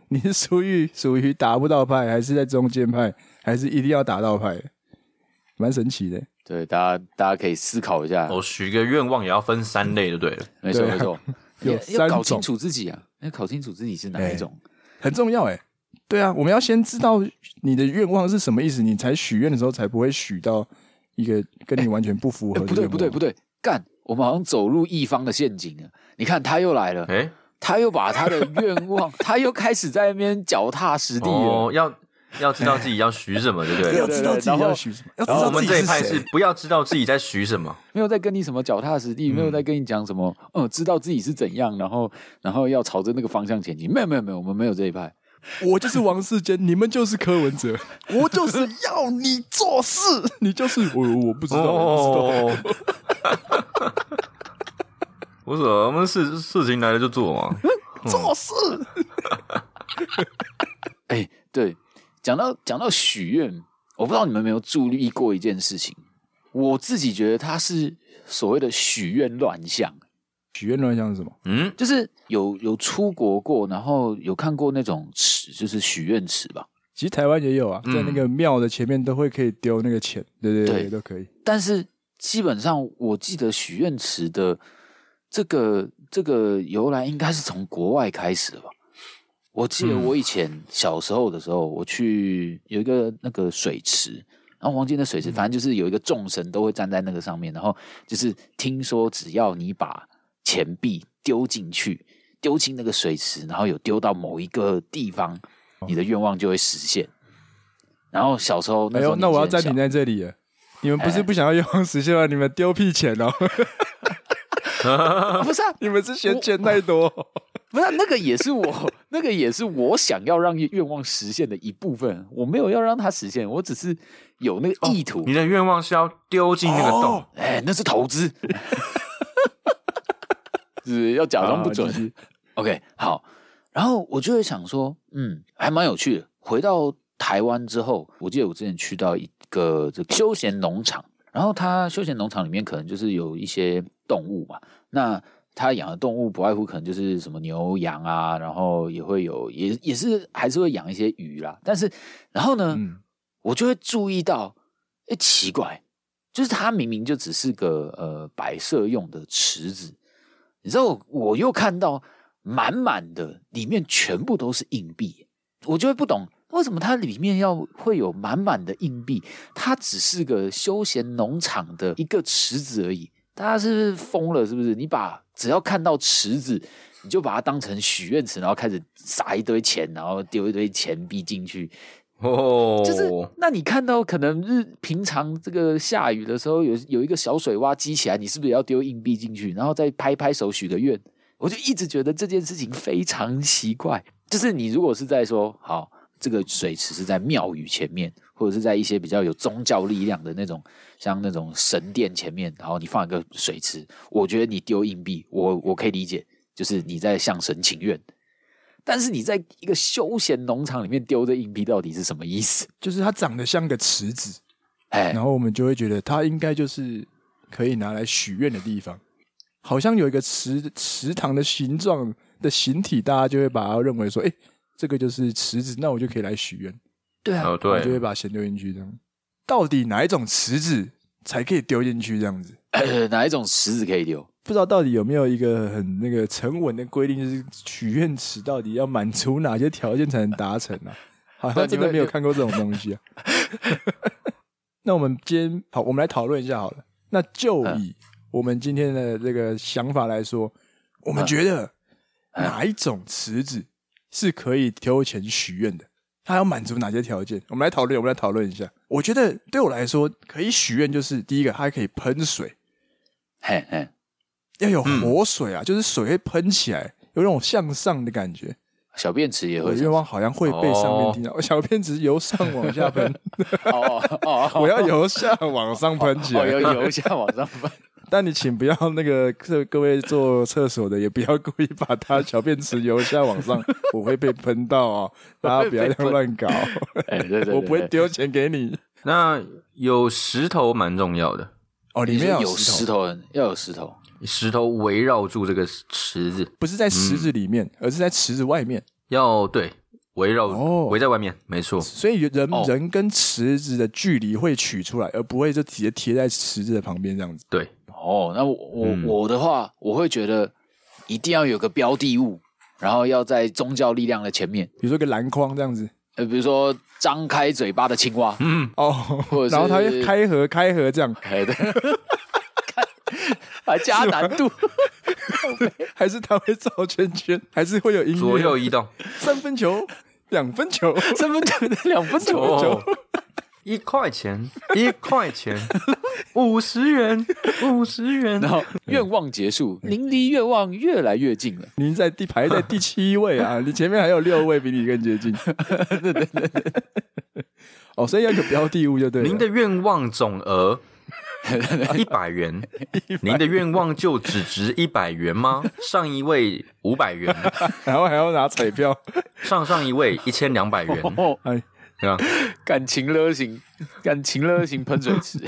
Speaker 2: 你是属于属于达不到派，还是在中间派，还是一定要达到派？蛮神奇的。
Speaker 1: 对，大家大家可以思考一下，
Speaker 3: 我许个愿望也要分三类，就对了。
Speaker 1: 没错
Speaker 2: 对啊
Speaker 1: 没错，
Speaker 2: 有
Speaker 1: 要要
Speaker 2: 三
Speaker 1: 搞清
Speaker 2: 种
Speaker 1: 楚自己啊，要搞清楚自己是哪
Speaker 2: 哎
Speaker 1: 一种。
Speaker 2: 很重要哎。对啊，我们要先知道你的愿望是什么意思，你才许愿的时候才不会许到一个跟你完全不符合
Speaker 1: 哎，
Speaker 2: 的、
Speaker 1: 不对不对不，对，干，我们好像走入一方的陷阱了。你看他又来了，
Speaker 3: 哎，
Speaker 1: 他又把他的愿 望，他又开始在那边脚踏实地了。
Speaker 3: 哦，要要知道自己要许什么，对不 对
Speaker 2: 要
Speaker 3: 了？
Speaker 2: 知道自己
Speaker 1: 对对然
Speaker 2: 要
Speaker 1: 后
Speaker 2: 许什么，要知
Speaker 3: 然后哦我
Speaker 2: 道自
Speaker 3: 们
Speaker 2: 己
Speaker 3: 这一派
Speaker 2: 谁。
Speaker 3: 是不要知道自己在许什么，
Speaker 1: 没有在跟你什么脚踏实地，没有在跟你讲什么，嗯，知道自己是怎样，然后然后要朝着那个方向前进。没有没有没有，我们没有这一派。
Speaker 2: 我就是王世坚，你们就是柯文哲，我就是要你做事， 你就是我，我不知道，我
Speaker 3: 哦， 我说我们事事情来了就做嘛，
Speaker 2: 嗯不知道，做事。
Speaker 1: 哎、对，讲到讲到许愿，我不知道你们有没有注意过一件事情，我自己觉得它是所谓的许愿乱象，
Speaker 2: 许愿乱象是什么？
Speaker 3: 嗯，
Speaker 1: 就是有有出国过，然后有看过那种池，就是许愿池吧。
Speaker 2: 其实台湾也有啊，在那个庙的前面都会可以丢那个钱，对对
Speaker 1: 对
Speaker 2: 对，都可以。
Speaker 1: 但是基本上，我记得许愿池的这个这个由来应该是从国外开始的吧。我记得
Speaker 3: 嗯
Speaker 1: 我以前小时候的时候，我去有一个那个水池，啊然后黄金的
Speaker 2: 嗯
Speaker 1: 水池，反正就是有一个众神都会站在那个上面，然后就是听说只要你把钱币丢进去，丢进那个水池，然后有丢到某一个地方，你的愿望就会实现。然后小时候那
Speaker 2: 哎
Speaker 1: 时候
Speaker 2: 呦，那我要
Speaker 1: 年纪
Speaker 2: 暂
Speaker 1: 很小
Speaker 2: 停在这里了。你们不是不想要用实现吗？啊你们丢屁钱哦！
Speaker 1: 啊不是啊，
Speaker 2: 你们是嫌钱太多。
Speaker 1: 不是啊、那个也是我， 那个也是我想要让愿望实现的一部分。我没有要让它实现，我只是有那个意图。
Speaker 3: 哦你的愿望是要丢进那个洞，
Speaker 1: 哎，那是投 资， 是要假装不准
Speaker 3: 哦
Speaker 2: 好。继续
Speaker 1: OK，好。然后我就会想说，嗯，还蛮有趣的。回到台湾之后，我记得我之前去到一个这个休闲农场，然后它休闲农场里面可能就是有一些动物嘛，那它养的动物不外乎可能就是什么牛羊啊，然后也会有也也是还是会养一些鱼啦，但是然后呢，
Speaker 2: 嗯
Speaker 1: 我就会注意到，哎，奇怪，就是它明明就只是个呃摆设用的池子，你知道我我又看到满满的里面全部都是硬币，我就会不懂为什么它里面要会有满满的硬币，它只是个休闲农场的一个池子而已。大家是不是疯了？是不是？你把只要看到池子，你就把它当成许愿池，然后开始撒一堆钱，然后丢一堆钱币进去，
Speaker 3: 哦，
Speaker 1: 就是，那你看到可能日平常这个下雨的时候有有一个小水洼激起来，你是不是也要丢硬币进去，然后再拍拍手许个愿？我就一直觉得这件事情非常奇怪。就是你如果是在说好，这个水池是在庙宇前面，或者是在一些比较有宗教力量的那种，像那种神殿前面，然后你放一个水池，我觉得你丢硬币，我我可以理解，就是你在向神请愿。但是你在一个休闲农场里面丢这硬币，到底是什么意思？
Speaker 2: 就是它长得像个池子，
Speaker 1: 哎
Speaker 2: 然，后我们就会觉得它应该就是可以拿来许愿的地方，好像有一个池池塘的形状的形体，大家就会把它认为说，哎，这个就是池子，那我就可以来许愿，
Speaker 1: 对啊，
Speaker 3: 哦
Speaker 2: 我就会
Speaker 3: 对，
Speaker 2: 把钱丢进去。这样，到底哪一种池子才可以丢进去？这样子，
Speaker 1: 呃哪一种池子可以丢？
Speaker 2: 不知道到底有没有一个很那个成文的规定，就是许愿池到底要满足哪些条件才能达成 啊？好像真的没有看过这种东西啊。 那我们今天好，我们来讨论一下好了。那就
Speaker 1: 嗯
Speaker 2: 以我们今天的这个想法来说，我们觉得
Speaker 1: 嗯
Speaker 2: 哪一种池子是可以丢钱许愿的？它要满足哪些条件？我们来讨论，我们来讨论一下。我觉得对我来说，可以许愿就是第一个，它可以喷水。
Speaker 1: 嘿嘿，
Speaker 2: 要有活水啊，就是水会喷起来，有种向上的感觉。
Speaker 1: 小便池也
Speaker 2: 我
Speaker 1: 会
Speaker 2: 的愿望好像会被上面听到，我小便只由上往下 喷，
Speaker 1: 哦哦哦，
Speaker 2: 我要由下往上喷起
Speaker 1: 哦
Speaker 2: 来。
Speaker 1: 由由下往上翻，
Speaker 2: 但你请不要那个各各位做厕所的，也不要故意把它小便池由下往上，我会被喷到 哦。大家不要这样乱搞，
Speaker 1: 哎，对对对，
Speaker 2: 我不会
Speaker 1: 对。
Speaker 2: 丢钱给你。
Speaker 3: 那有石头蛮重要的，
Speaker 2: 哦，里
Speaker 1: 你
Speaker 2: 面
Speaker 1: 说
Speaker 2: 要
Speaker 1: 有
Speaker 2: 石
Speaker 1: 石
Speaker 2: 头，
Speaker 1: 头，要有石头，
Speaker 3: 石头围绕住这个池子，
Speaker 2: 不是在池子里面，而是在池子外面。
Speaker 3: 要对围绕
Speaker 2: 哦
Speaker 3: 围在外面，没错，
Speaker 2: 所以人、
Speaker 1: 哦
Speaker 2: 人跟池子的距离会取出来，而不会就直接贴在池子的旁边这样子。
Speaker 3: 对，
Speaker 1: 哦，那我我、
Speaker 3: 嗯
Speaker 1: 我的话，我会觉得一定要有个标的物，然后要在宗教力量的前面，
Speaker 2: 比如说个篮筐这样子，
Speaker 1: 呃，比如说张开嘴巴的青蛙，
Speaker 3: 嗯，
Speaker 2: 哦
Speaker 1: 或者，是
Speaker 2: 然后它会开合开 合这样，
Speaker 1: 哎对，还加难度，
Speaker 2: 还是它会绕圈圈，还是会有音乐
Speaker 3: 左右移 动，
Speaker 2: 三分球、两分球，
Speaker 1: 三分钟两分钟，
Speaker 3: 哦，一块钱，一 块钱，五十元，五十元
Speaker 1: 然，后愿望结束，您离愿望越来越近了。
Speaker 2: 您在第排在第七位 啊，你前面还有六位比你更接近。哦，所以要有个标的物就对了。
Speaker 3: 您的愿望总额一百元，您的愿望就只值一百元吗？上一位五百元，
Speaker 2: 然后还要拿彩票，
Speaker 3: 上上一位一千两百元，
Speaker 1: 哦，
Speaker 2: 哎，
Speaker 3: 对吧？
Speaker 1: 感情勒型，感情勒型喷水池。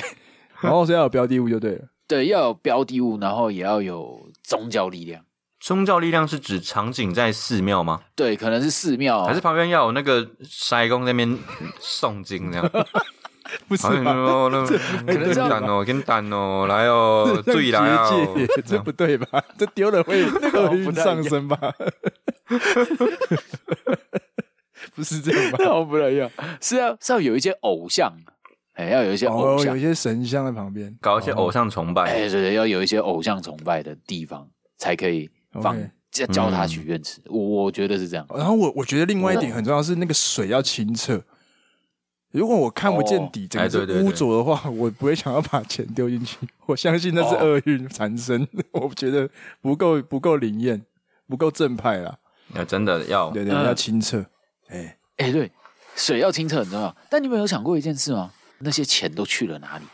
Speaker 2: 然后是要有标的物就对了。
Speaker 1: 对，要有标的物，然后也要有宗教力量。
Speaker 3: 宗教力量是指场景在寺庙吗？
Speaker 1: 对，可能是寺庙，啊
Speaker 3: 还是旁边要有那个筛工在那边诵经这样？
Speaker 2: 不是
Speaker 3: 哎呦
Speaker 2: 吧？
Speaker 3: 那
Speaker 1: 可能
Speaker 3: 跟
Speaker 1: 这样
Speaker 3: 蛋哦，跟蛋哦，来 哦，
Speaker 2: 让
Speaker 3: 醉来
Speaker 2: 结
Speaker 3: 哦
Speaker 2: 界，
Speaker 3: 这
Speaker 2: 这
Speaker 3: 样
Speaker 2: 不对吧？ 这丢了会厄
Speaker 1: 不
Speaker 2: 运
Speaker 1: 太一
Speaker 2: 上
Speaker 1: 样
Speaker 2: 升吧？ 不是这 样吧？
Speaker 1: 哦，不然要是要是要有一些偶像，哎，要有一些偶
Speaker 2: 哦，
Speaker 1: 像
Speaker 2: 有一，些神像在旁边，
Speaker 3: 搞一些偶像崇拜。
Speaker 1: 哎，对对，要有一些偶像崇拜的地方，才可以放
Speaker 2: OK
Speaker 1: 教教他许愿池。我我觉得是这样。
Speaker 2: 然后我我觉得另外一点很重要是那个水要清澈。如果我看不见底，整
Speaker 3: 哎
Speaker 2: 个是
Speaker 3: 对对对
Speaker 2: 污浊的话，我不会想要把钱丢进去。 我相信那是
Speaker 1: 哦
Speaker 2: 厄运缠身， 我觉得不够不够灵验，不够正派啦。
Speaker 3: 啊，真的要
Speaker 2: 对对，
Speaker 1: 嗯
Speaker 2: 要清澈。哎，
Speaker 1: 哎，对，水要清澈很重要。但你们有想过一件事吗？那些钱都去了哪里？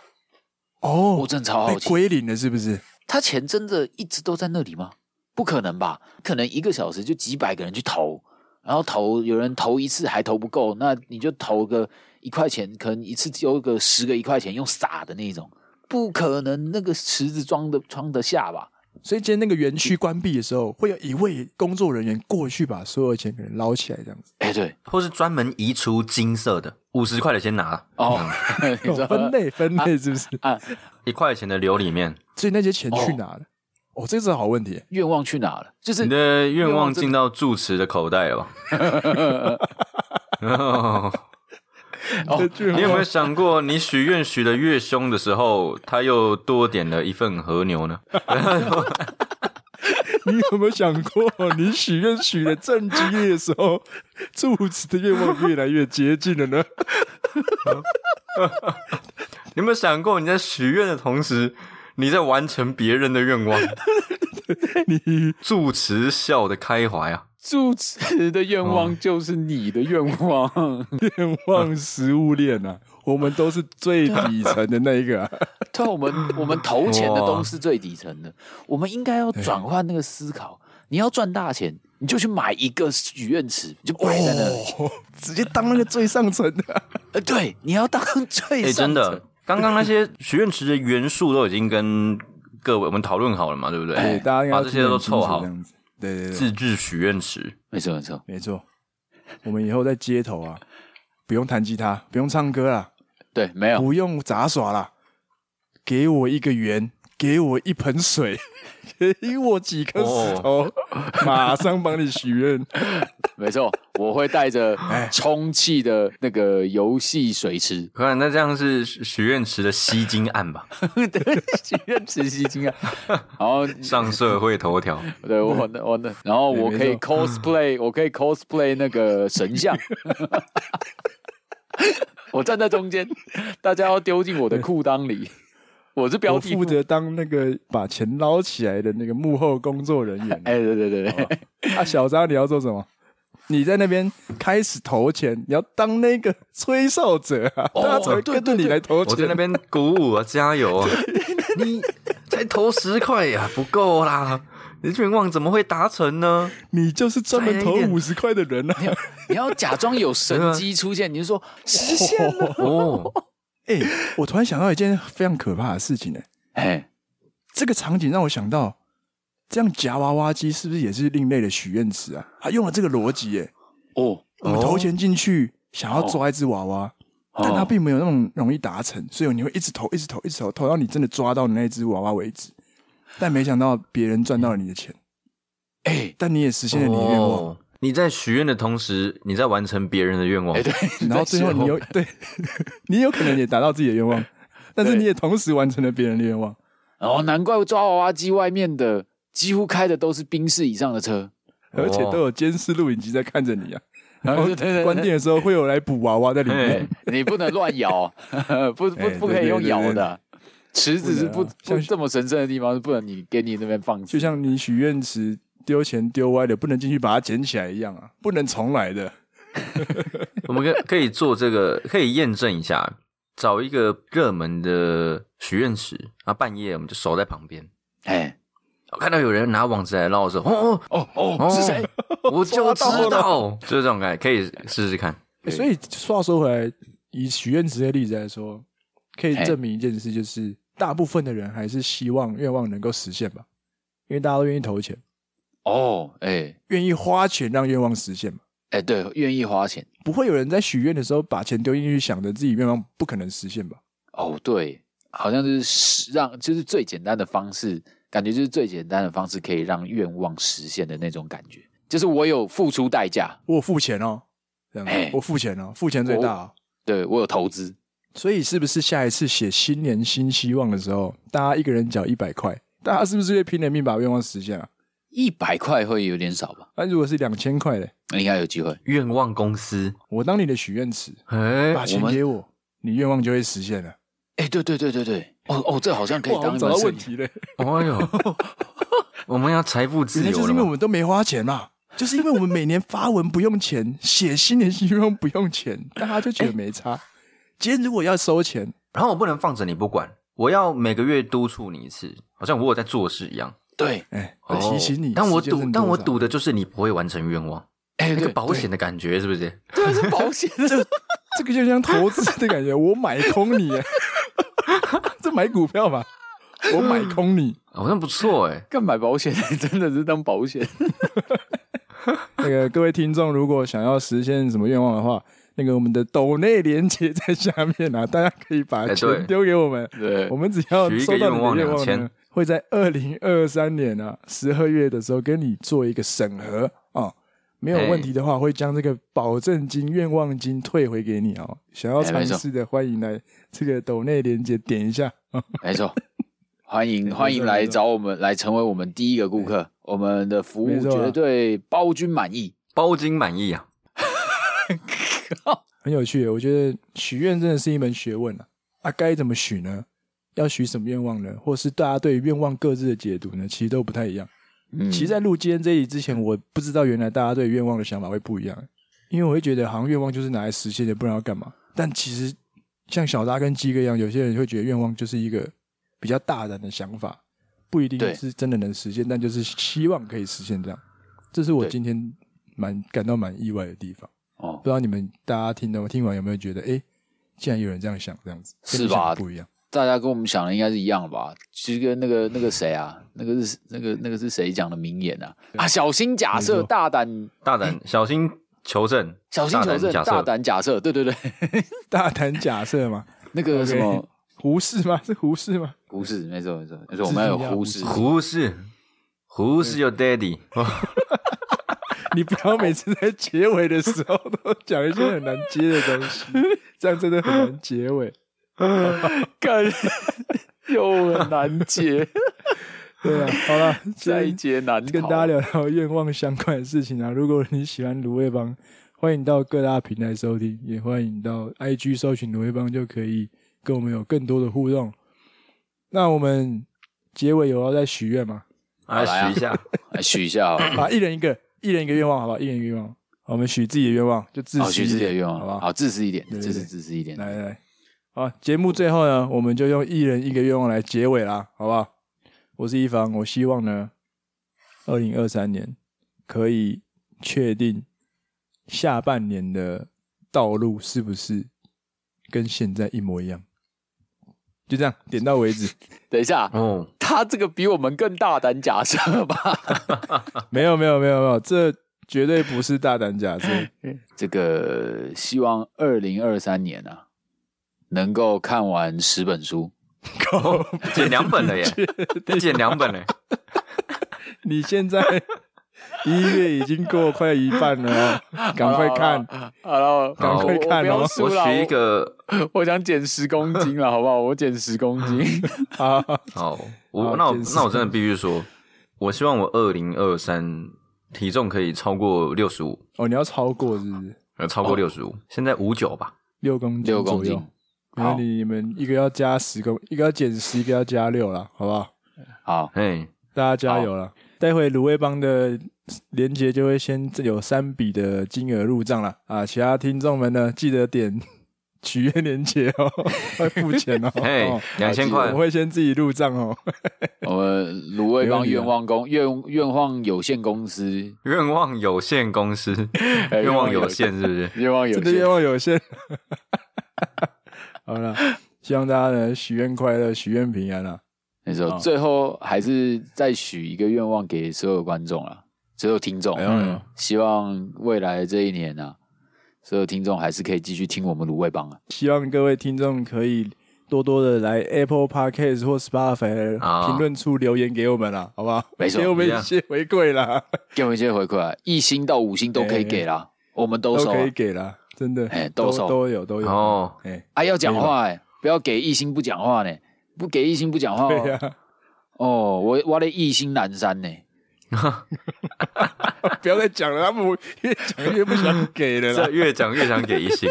Speaker 1: 我
Speaker 2: 哦，
Speaker 1: 真的超
Speaker 2: 被
Speaker 1: 好奇。
Speaker 2: 归零了是不是？
Speaker 1: 他钱真的一直都在那里吗？不可能吧？可能一个小时就几百个人去投，然后投有人投一次还投不够，那你就投个一块钱，可能一次丢个十个一块钱，用撒的那种，不可能那个池子装的装得下吧？
Speaker 2: 所以今天那个园区关闭的时候，会有一位工作人员过去把所有钱给人捞起来，这样子。
Speaker 1: 哎，对，
Speaker 3: 或是专门移除金色的，五十块的先拿，
Speaker 1: 哦，
Speaker 3: 嗯
Speaker 1: 你知
Speaker 2: 哦
Speaker 1: 道
Speaker 2: 分类分类是不是？
Speaker 1: 啊，
Speaker 3: 一块钱的留里面。
Speaker 2: 所以那些钱去哪了？哦，这是好问题。
Speaker 1: 愿望去哪了？就是
Speaker 3: 你的愿
Speaker 1: 愿望
Speaker 3: 望
Speaker 1: 真的
Speaker 3: 进到住持的口袋了吧？哦
Speaker 1: 哦
Speaker 2: 这句话
Speaker 3: 你有没有想过，你许愿许的越凶的时候，他又多点了一份和牛呢？
Speaker 2: 你有没有想过，你许愿许的正激烈的时候，住持的愿望越来越接近 了呢？
Speaker 3: 你有没有想过，你在许愿的同时，你在完成别人的愿 望？
Speaker 2: 你
Speaker 3: 住持笑得开怀啊！
Speaker 1: 住持的愿
Speaker 3: 嗯
Speaker 1: 望就是你的愿望。
Speaker 2: 愿望食物链啊，我们都是最底层的那一 个、啊。
Speaker 1: 对啊，我们我 们投钱的
Speaker 3: 哇
Speaker 1: 都是最底层的，我们应该要转换那个思考。你要赚大钱，你就去买一个许愿池，你就摆在那里。
Speaker 2: 哦，直接当那个最上层的啊、
Speaker 1: 呃，对，你要当最
Speaker 3: 哎、
Speaker 1: 上
Speaker 3: 真
Speaker 1: 层
Speaker 3: 的，刚刚那些许愿池的元素都已经跟各位我们讨论好了嘛，对不对？
Speaker 2: 对，哎大家应该
Speaker 3: 把
Speaker 2: 要
Speaker 3: 这些都
Speaker 2: 听得很清楚
Speaker 3: 凑好
Speaker 2: 这，样子。对对对，
Speaker 3: 自制许愿池。
Speaker 1: 没错没错。
Speaker 2: 没错。我们以后在街头啊，不用弹吉他，不用唱歌啦，
Speaker 1: 对，没有
Speaker 2: 不用杂耍啦，给我一个圆，给我一盆水， 给我几颗石
Speaker 1: 哦
Speaker 2: 头，马上帮你 许愿。
Speaker 1: 没错，我会带着充气的那个游戏水池，
Speaker 3: 可能那这样是许愿池的吸金案吧？
Speaker 1: 对，许愿池吸睛啊。 然后
Speaker 3: 上社会头条，
Speaker 1: 对我那我那，然后我可以
Speaker 2: 没
Speaker 1: cosplay，我可以 cosplay 那个神 像，我站在中间，大家要丢进我的裤裆里，我是标
Speaker 2: 我
Speaker 1: 的
Speaker 2: 负
Speaker 1: 物。
Speaker 2: 责当那个把钱捞起来的那个幕后工作人 员。
Speaker 1: 哎，对对对对，
Speaker 2: 啊，小张，你要做什么？你在那边开始投钱，你要当那个吹哨者啊，
Speaker 1: 哦
Speaker 2: 大家才会
Speaker 1: 对对
Speaker 2: 跟着你来投
Speaker 3: 我在
Speaker 2: 钱
Speaker 3: 那。边鼓舞啊，加油啊！你才投十块呀、不够啦！你的愿望怎么会达成呢？
Speaker 2: 你就是专门投
Speaker 3: 再来一点
Speaker 2: 五十块的人啊！
Speaker 1: 你要你要假装有神机出现，你就说实现了，
Speaker 3: 哦，
Speaker 2: 哎、我突然想到一件非常可怕的事情呢、
Speaker 1: 哎，
Speaker 2: 这个场景让我想到，这样夹娃娃机是不是也是另类的许愿池啊？他用了这个逻辑、耶，
Speaker 1: 哦，哦
Speaker 2: 我们投钱进去，想要抓一只娃娃，但它并没有那么容易达成，所以你会一直投，一直投，一直投，投到你真的抓到你那只娃娃为止。但没想到别人赚到了你的钱，
Speaker 1: 哎
Speaker 2: 但你也实现了你的愿望，
Speaker 3: 哦你在许愿的同时，你在完成别人的愿望
Speaker 1: 哎，。对，
Speaker 2: 哦然后最后你又对， 你有可能也达到自己的愿望，但是
Speaker 1: 对
Speaker 2: 你也同时完成了别人的愿望。
Speaker 1: 哦，难怪抓娃娃机外面的几乎开的都是宾士以上的车，
Speaker 2: 而且
Speaker 3: 哦
Speaker 2: 都有监视录影机在看着你啊。然后
Speaker 1: 对对对
Speaker 2: 关店的时候会有来补娃娃在里面
Speaker 3: 哎，
Speaker 1: 你不能乱 摇，不不
Speaker 2: 哎
Speaker 1: 不可以用摇
Speaker 2: 对对对
Speaker 1: 的。池子是不
Speaker 2: 不能啊
Speaker 1: 不
Speaker 2: 像
Speaker 1: 这么神圣的地方，是不能你给你那边放
Speaker 2: 就
Speaker 1: 弃。
Speaker 2: 像你许愿池丢钱丢歪了，不能进去把它捡起来一样啊，不能重来的。
Speaker 3: 我们可可以做这个，可以验证一下，找一个热门的许愿池，然后半夜我们就守在旁边，
Speaker 1: 哎，
Speaker 3: 哦看到有人拿网子来捞的时候，哦
Speaker 1: 哦哦，是谁？
Speaker 3: 哦，我就知
Speaker 2: 抓到了
Speaker 3: 道，就是这种感觉，可以试试看。
Speaker 2: 欸所以话说回来，以许愿池的例子来说，可以
Speaker 1: 嘿
Speaker 2: 证明一件事，就是大部分的人还是希望愿望能够实现吧，因为大家都愿意投钱，
Speaker 1: 哦，哎
Speaker 2: 愿意花钱让愿望实现嘛。
Speaker 1: 哎，对，愿意花钱。
Speaker 2: 不会有人在许愿的时候把钱丢进去，想着自己愿望不可能实现吧？
Speaker 1: 哦，对，好像就是实让，就是最简单的方式，感觉就是最简单的方式可以让愿望实现的那种感觉，就是我有付出代价，
Speaker 2: 我有付钱哦，这样子
Speaker 1: 哎
Speaker 2: 我付钱哦，付钱最大、哦。
Speaker 1: 对我有投资，
Speaker 2: 所以是不是下一次写新年新希望的时候，大家一个人缴一百块，大家是不是会拼了命把愿望实现啊？
Speaker 1: 一百块会有点少吧？
Speaker 2: 那、如果是两千块嘞，
Speaker 1: 应该有机会。
Speaker 3: 愿望公司，
Speaker 2: 我当你的许愿池，
Speaker 3: 哎，
Speaker 2: 把钱
Speaker 1: 我们
Speaker 2: 给我，你愿望就会实现了。
Speaker 1: 哎，对对对对对，哦哦，这好像可以
Speaker 2: 哇我
Speaker 1: 当
Speaker 2: 们
Speaker 1: 一
Speaker 2: 找
Speaker 1: 门
Speaker 2: 到
Speaker 1: 生
Speaker 2: 问
Speaker 1: 意。
Speaker 2: 题嘞，
Speaker 3: 哎呦， 我们要财富自
Speaker 2: 原来就是
Speaker 3: 由了
Speaker 2: 因为我
Speaker 3: 嘛？
Speaker 2: 们都没花钱嘛，就是因为我们每年发文不用钱，写新年新希望不用 钱，大家就觉得没差。今天如果要收钱，
Speaker 3: 然后我不能放着你不管，我要每个月督促你一次，好像我有在做事一样。
Speaker 1: 对，
Speaker 2: 哎，我
Speaker 3: 哦
Speaker 2: 提醒你，
Speaker 3: 但我
Speaker 2: 时间
Speaker 3: 赌
Speaker 2: 剩，
Speaker 3: 但我
Speaker 2: 多
Speaker 3: 赌的就是你不会完成愿望，
Speaker 1: 哎
Speaker 3: 那个
Speaker 1: 对，
Speaker 3: 保险的感觉是不是？
Speaker 1: 对是保险，这
Speaker 2: 少，这个就像投资的感觉，我买空你，哎 这买股票嘛，我买空你。
Speaker 3: 好像不错哎，
Speaker 1: 干买保险 真的是当保险。
Speaker 2: 那个各位听众，如果想要实现什么愿望的话，那个我们的抖内连接在下面啊，大家可以把
Speaker 3: 哎对
Speaker 2: 钱丢给我们，
Speaker 1: 对
Speaker 2: 我，们只要
Speaker 3: 许一
Speaker 2: 收
Speaker 3: 个
Speaker 2: 到你
Speaker 3: 愿望
Speaker 2: 的愿望呢
Speaker 3: 2000，
Speaker 2: 会在二零二三年啊十二月的时候跟你做一个审核啊、哦没
Speaker 3: 哎
Speaker 2: 有问题的话，会将这个保证金、愿望金退回给你哦。想要
Speaker 1: 哎没
Speaker 2: 尝
Speaker 1: 错
Speaker 2: 试的，欢迎来这个抖内连接点一下。
Speaker 1: 没 错，欢
Speaker 2: 没
Speaker 1: 迎
Speaker 2: 错
Speaker 1: 欢迎来
Speaker 2: 没错
Speaker 1: 找我们，来成为我们第一个顾客，我们的服
Speaker 2: 没
Speaker 1: 务
Speaker 2: 错啊
Speaker 1: 绝对包君满意。
Speaker 3: 包金满意啊！
Speaker 2: 很有趣耶，我觉得许愿真的是一门学问啊！啊，该怎么许呢？要许什么愿望呢？或是大家对于愿望各自的解读呢？其实都不太一样。
Speaker 1: 嗯
Speaker 2: 其实，在录今天这一集之前，我不知道原来大家对愿望的想法会不一样，因为我会觉得好像愿望就是拿来实现的，不然要干嘛？但其实像小扎跟鸡哥一样，有些人会觉得愿望就是一个比较大胆的想法，不一定
Speaker 1: 对
Speaker 2: 是真的能实现，但就是希望可以实现这样。这是我
Speaker 1: 对
Speaker 2: 今天蛮感到蛮意外的地方。
Speaker 1: 哦
Speaker 2: 不，知道你们大家听到听完有没有觉得，哎、既然有人这样想，这样子跟你
Speaker 1: 是吧
Speaker 2: 想的不一样，
Speaker 1: 大家跟我们想的应该是一样的吧？其实跟那个那个谁啊，那个是那个那个是谁讲的名言啊？啊，小心假
Speaker 2: 没
Speaker 1: 设，
Speaker 2: 错
Speaker 1: 大胆
Speaker 3: 大
Speaker 2: 嗯
Speaker 3: 胆小心求证，
Speaker 1: 小心求证，
Speaker 3: 大胆假
Speaker 1: 大
Speaker 3: 设，
Speaker 1: 胆假设，对 对对，
Speaker 2: 大胆假设嘛，
Speaker 1: 那个
Speaker 2: OK
Speaker 1: 什么
Speaker 2: 胡适吗？是胡适吗？
Speaker 1: 胡适，没错没错，没错，我们要有胡适，
Speaker 3: 胡适，胡
Speaker 2: 嗯
Speaker 3: 适有 daddy，
Speaker 2: 哦你不要每次在结尾的时候都讲一些很难接的东西，这样真的很难结尾。
Speaker 1: 干 又很难 解，
Speaker 2: 对啊，好了，
Speaker 1: 再
Speaker 2: 再
Speaker 1: 解难逃
Speaker 2: 跟大家聊聊愿望相关的事情啊。如果你喜欢卤味帮，欢迎到各大平台收听，也欢迎到 IG 搜寻卤味帮就可以跟我们有更多的互动。那我们结尾有要再许愿吗？
Speaker 3: 来
Speaker 1: 来啊
Speaker 3: 许一下，
Speaker 1: 来许一下好了，
Speaker 2: 啊，一人一个，一人一个愿望，好不好？一人一个愿望，好我们许自己的愿望，就自
Speaker 1: 好
Speaker 2: 私
Speaker 1: 哦许
Speaker 2: 一
Speaker 1: 自己的
Speaker 2: 点
Speaker 1: 愿望，
Speaker 2: 好不好？
Speaker 1: 好自私一点，
Speaker 2: 对对
Speaker 1: 这是
Speaker 2: 对
Speaker 1: 自私一点，
Speaker 2: 来来来，好，节目最后呢，我们就用一人一个愿望来结尾啦，好不好？我是一凡，我希望呢，二零二三年可以确定下半年的道路是不是跟现在一模一样，就这样点到为止。
Speaker 1: 等一下，
Speaker 3: 哦，
Speaker 1: 他这个比我们更大胆假设吧？
Speaker 2: 没有没有没有没有，这绝对不是大胆假设。
Speaker 1: 这个希望二零二三年啊，能够看完十本书。
Speaker 3: 哦减两本 了耶，减两本嘞，
Speaker 2: 你现在一月已经过快一半了哦，赶快看。
Speaker 1: 好了，
Speaker 2: 赶
Speaker 1: 好了
Speaker 2: 快
Speaker 1: 我我
Speaker 2: 看哦
Speaker 1: 不要
Speaker 3: 我
Speaker 1: 输了，
Speaker 3: 许一个，
Speaker 1: 我， 我想减十公斤了，好不好？我减十公斤。
Speaker 2: 好，
Speaker 3: 好，
Speaker 2: 好
Speaker 3: 我那我
Speaker 2: 减十
Speaker 3: 那我真的必须说，我希望我二零二三体重可以超过六十五，
Speaker 2: 哦，你要超过是不是？
Speaker 3: 呃，超过六十五，现在五九吧，
Speaker 2: 六公 斤
Speaker 1: 六公
Speaker 2: 左右
Speaker 1: 斤，
Speaker 2: 因为
Speaker 1: 好
Speaker 2: 你们一个要加十公，一个要减十，一个要加六啦，好不好？
Speaker 1: 好，
Speaker 3: 嘿，
Speaker 2: 大家加油啦！待会卤味帮的连结就会先有三笔的金额入账了啊！其他听众们呢，记得点 许愿链接 哦，会付钱哦，
Speaker 3: 嘿
Speaker 2: 哦，
Speaker 3: 两千块
Speaker 2: 我，会先自己入账哦。
Speaker 1: 我们卤味帮
Speaker 2: 没问题啊
Speaker 1: 愿望公愿愿望有限公司，
Speaker 3: 愿望有限公司，
Speaker 1: 哎
Speaker 3: 愿望有，限 是不是？
Speaker 1: 愿望有
Speaker 2: 真的愿
Speaker 1: 限，
Speaker 2: 望有限。 好了，希望大家呢许愿快乐，许愿平安啊！
Speaker 1: 没错。
Speaker 2: 哦
Speaker 1: 最后还是再许一个愿望给所有观众啦，所有听众啊
Speaker 2: 哎，呦哎呦，
Speaker 1: 希望未来这一年啊，所有听众还是可以继续听我们卤味帮啊。
Speaker 2: 希望各位听众可以多多的来 Apple Podcast 或 Spotify
Speaker 3: 啊
Speaker 2: 评论处留言给我们啦，好不好？
Speaker 1: 没错
Speaker 2: 给我们
Speaker 3: 一
Speaker 2: 一
Speaker 3: 样
Speaker 2: 些回馈啦，
Speaker 1: 给我们一些回馈啊，一星到五星都可以给啦，我们都
Speaker 2: 哎都
Speaker 1: 收啊
Speaker 2: 可以给啦，真的
Speaker 1: 哎，
Speaker 2: 都
Speaker 1: 都收
Speaker 2: 都有都有
Speaker 3: 哦，
Speaker 2: 哎，
Speaker 1: 啊。要讲话哎，不要给一星不讲话呢，不给一星不讲话
Speaker 2: 对
Speaker 1: 哦，
Speaker 2: 呀，
Speaker 1: 哦我我的一星难山呢，
Speaker 2: 不要再讲了，他们越讲越不想给 了
Speaker 3: 这
Speaker 2: 啦。
Speaker 3: 越讲越想给一星，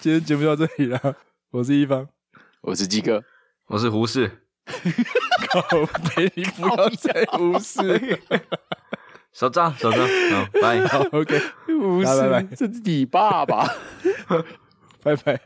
Speaker 2: 今天节目就到这里了，我是一方，哦
Speaker 1: 我是鸡哥，
Speaker 3: 我是胡适，
Speaker 2: 靠北，你不要再无视
Speaker 3: 手张手张，好，拜。
Speaker 2: ，OK，
Speaker 1: 不
Speaker 2: 拜拜
Speaker 1: 这是你爸爸。
Speaker 2: 拜拜。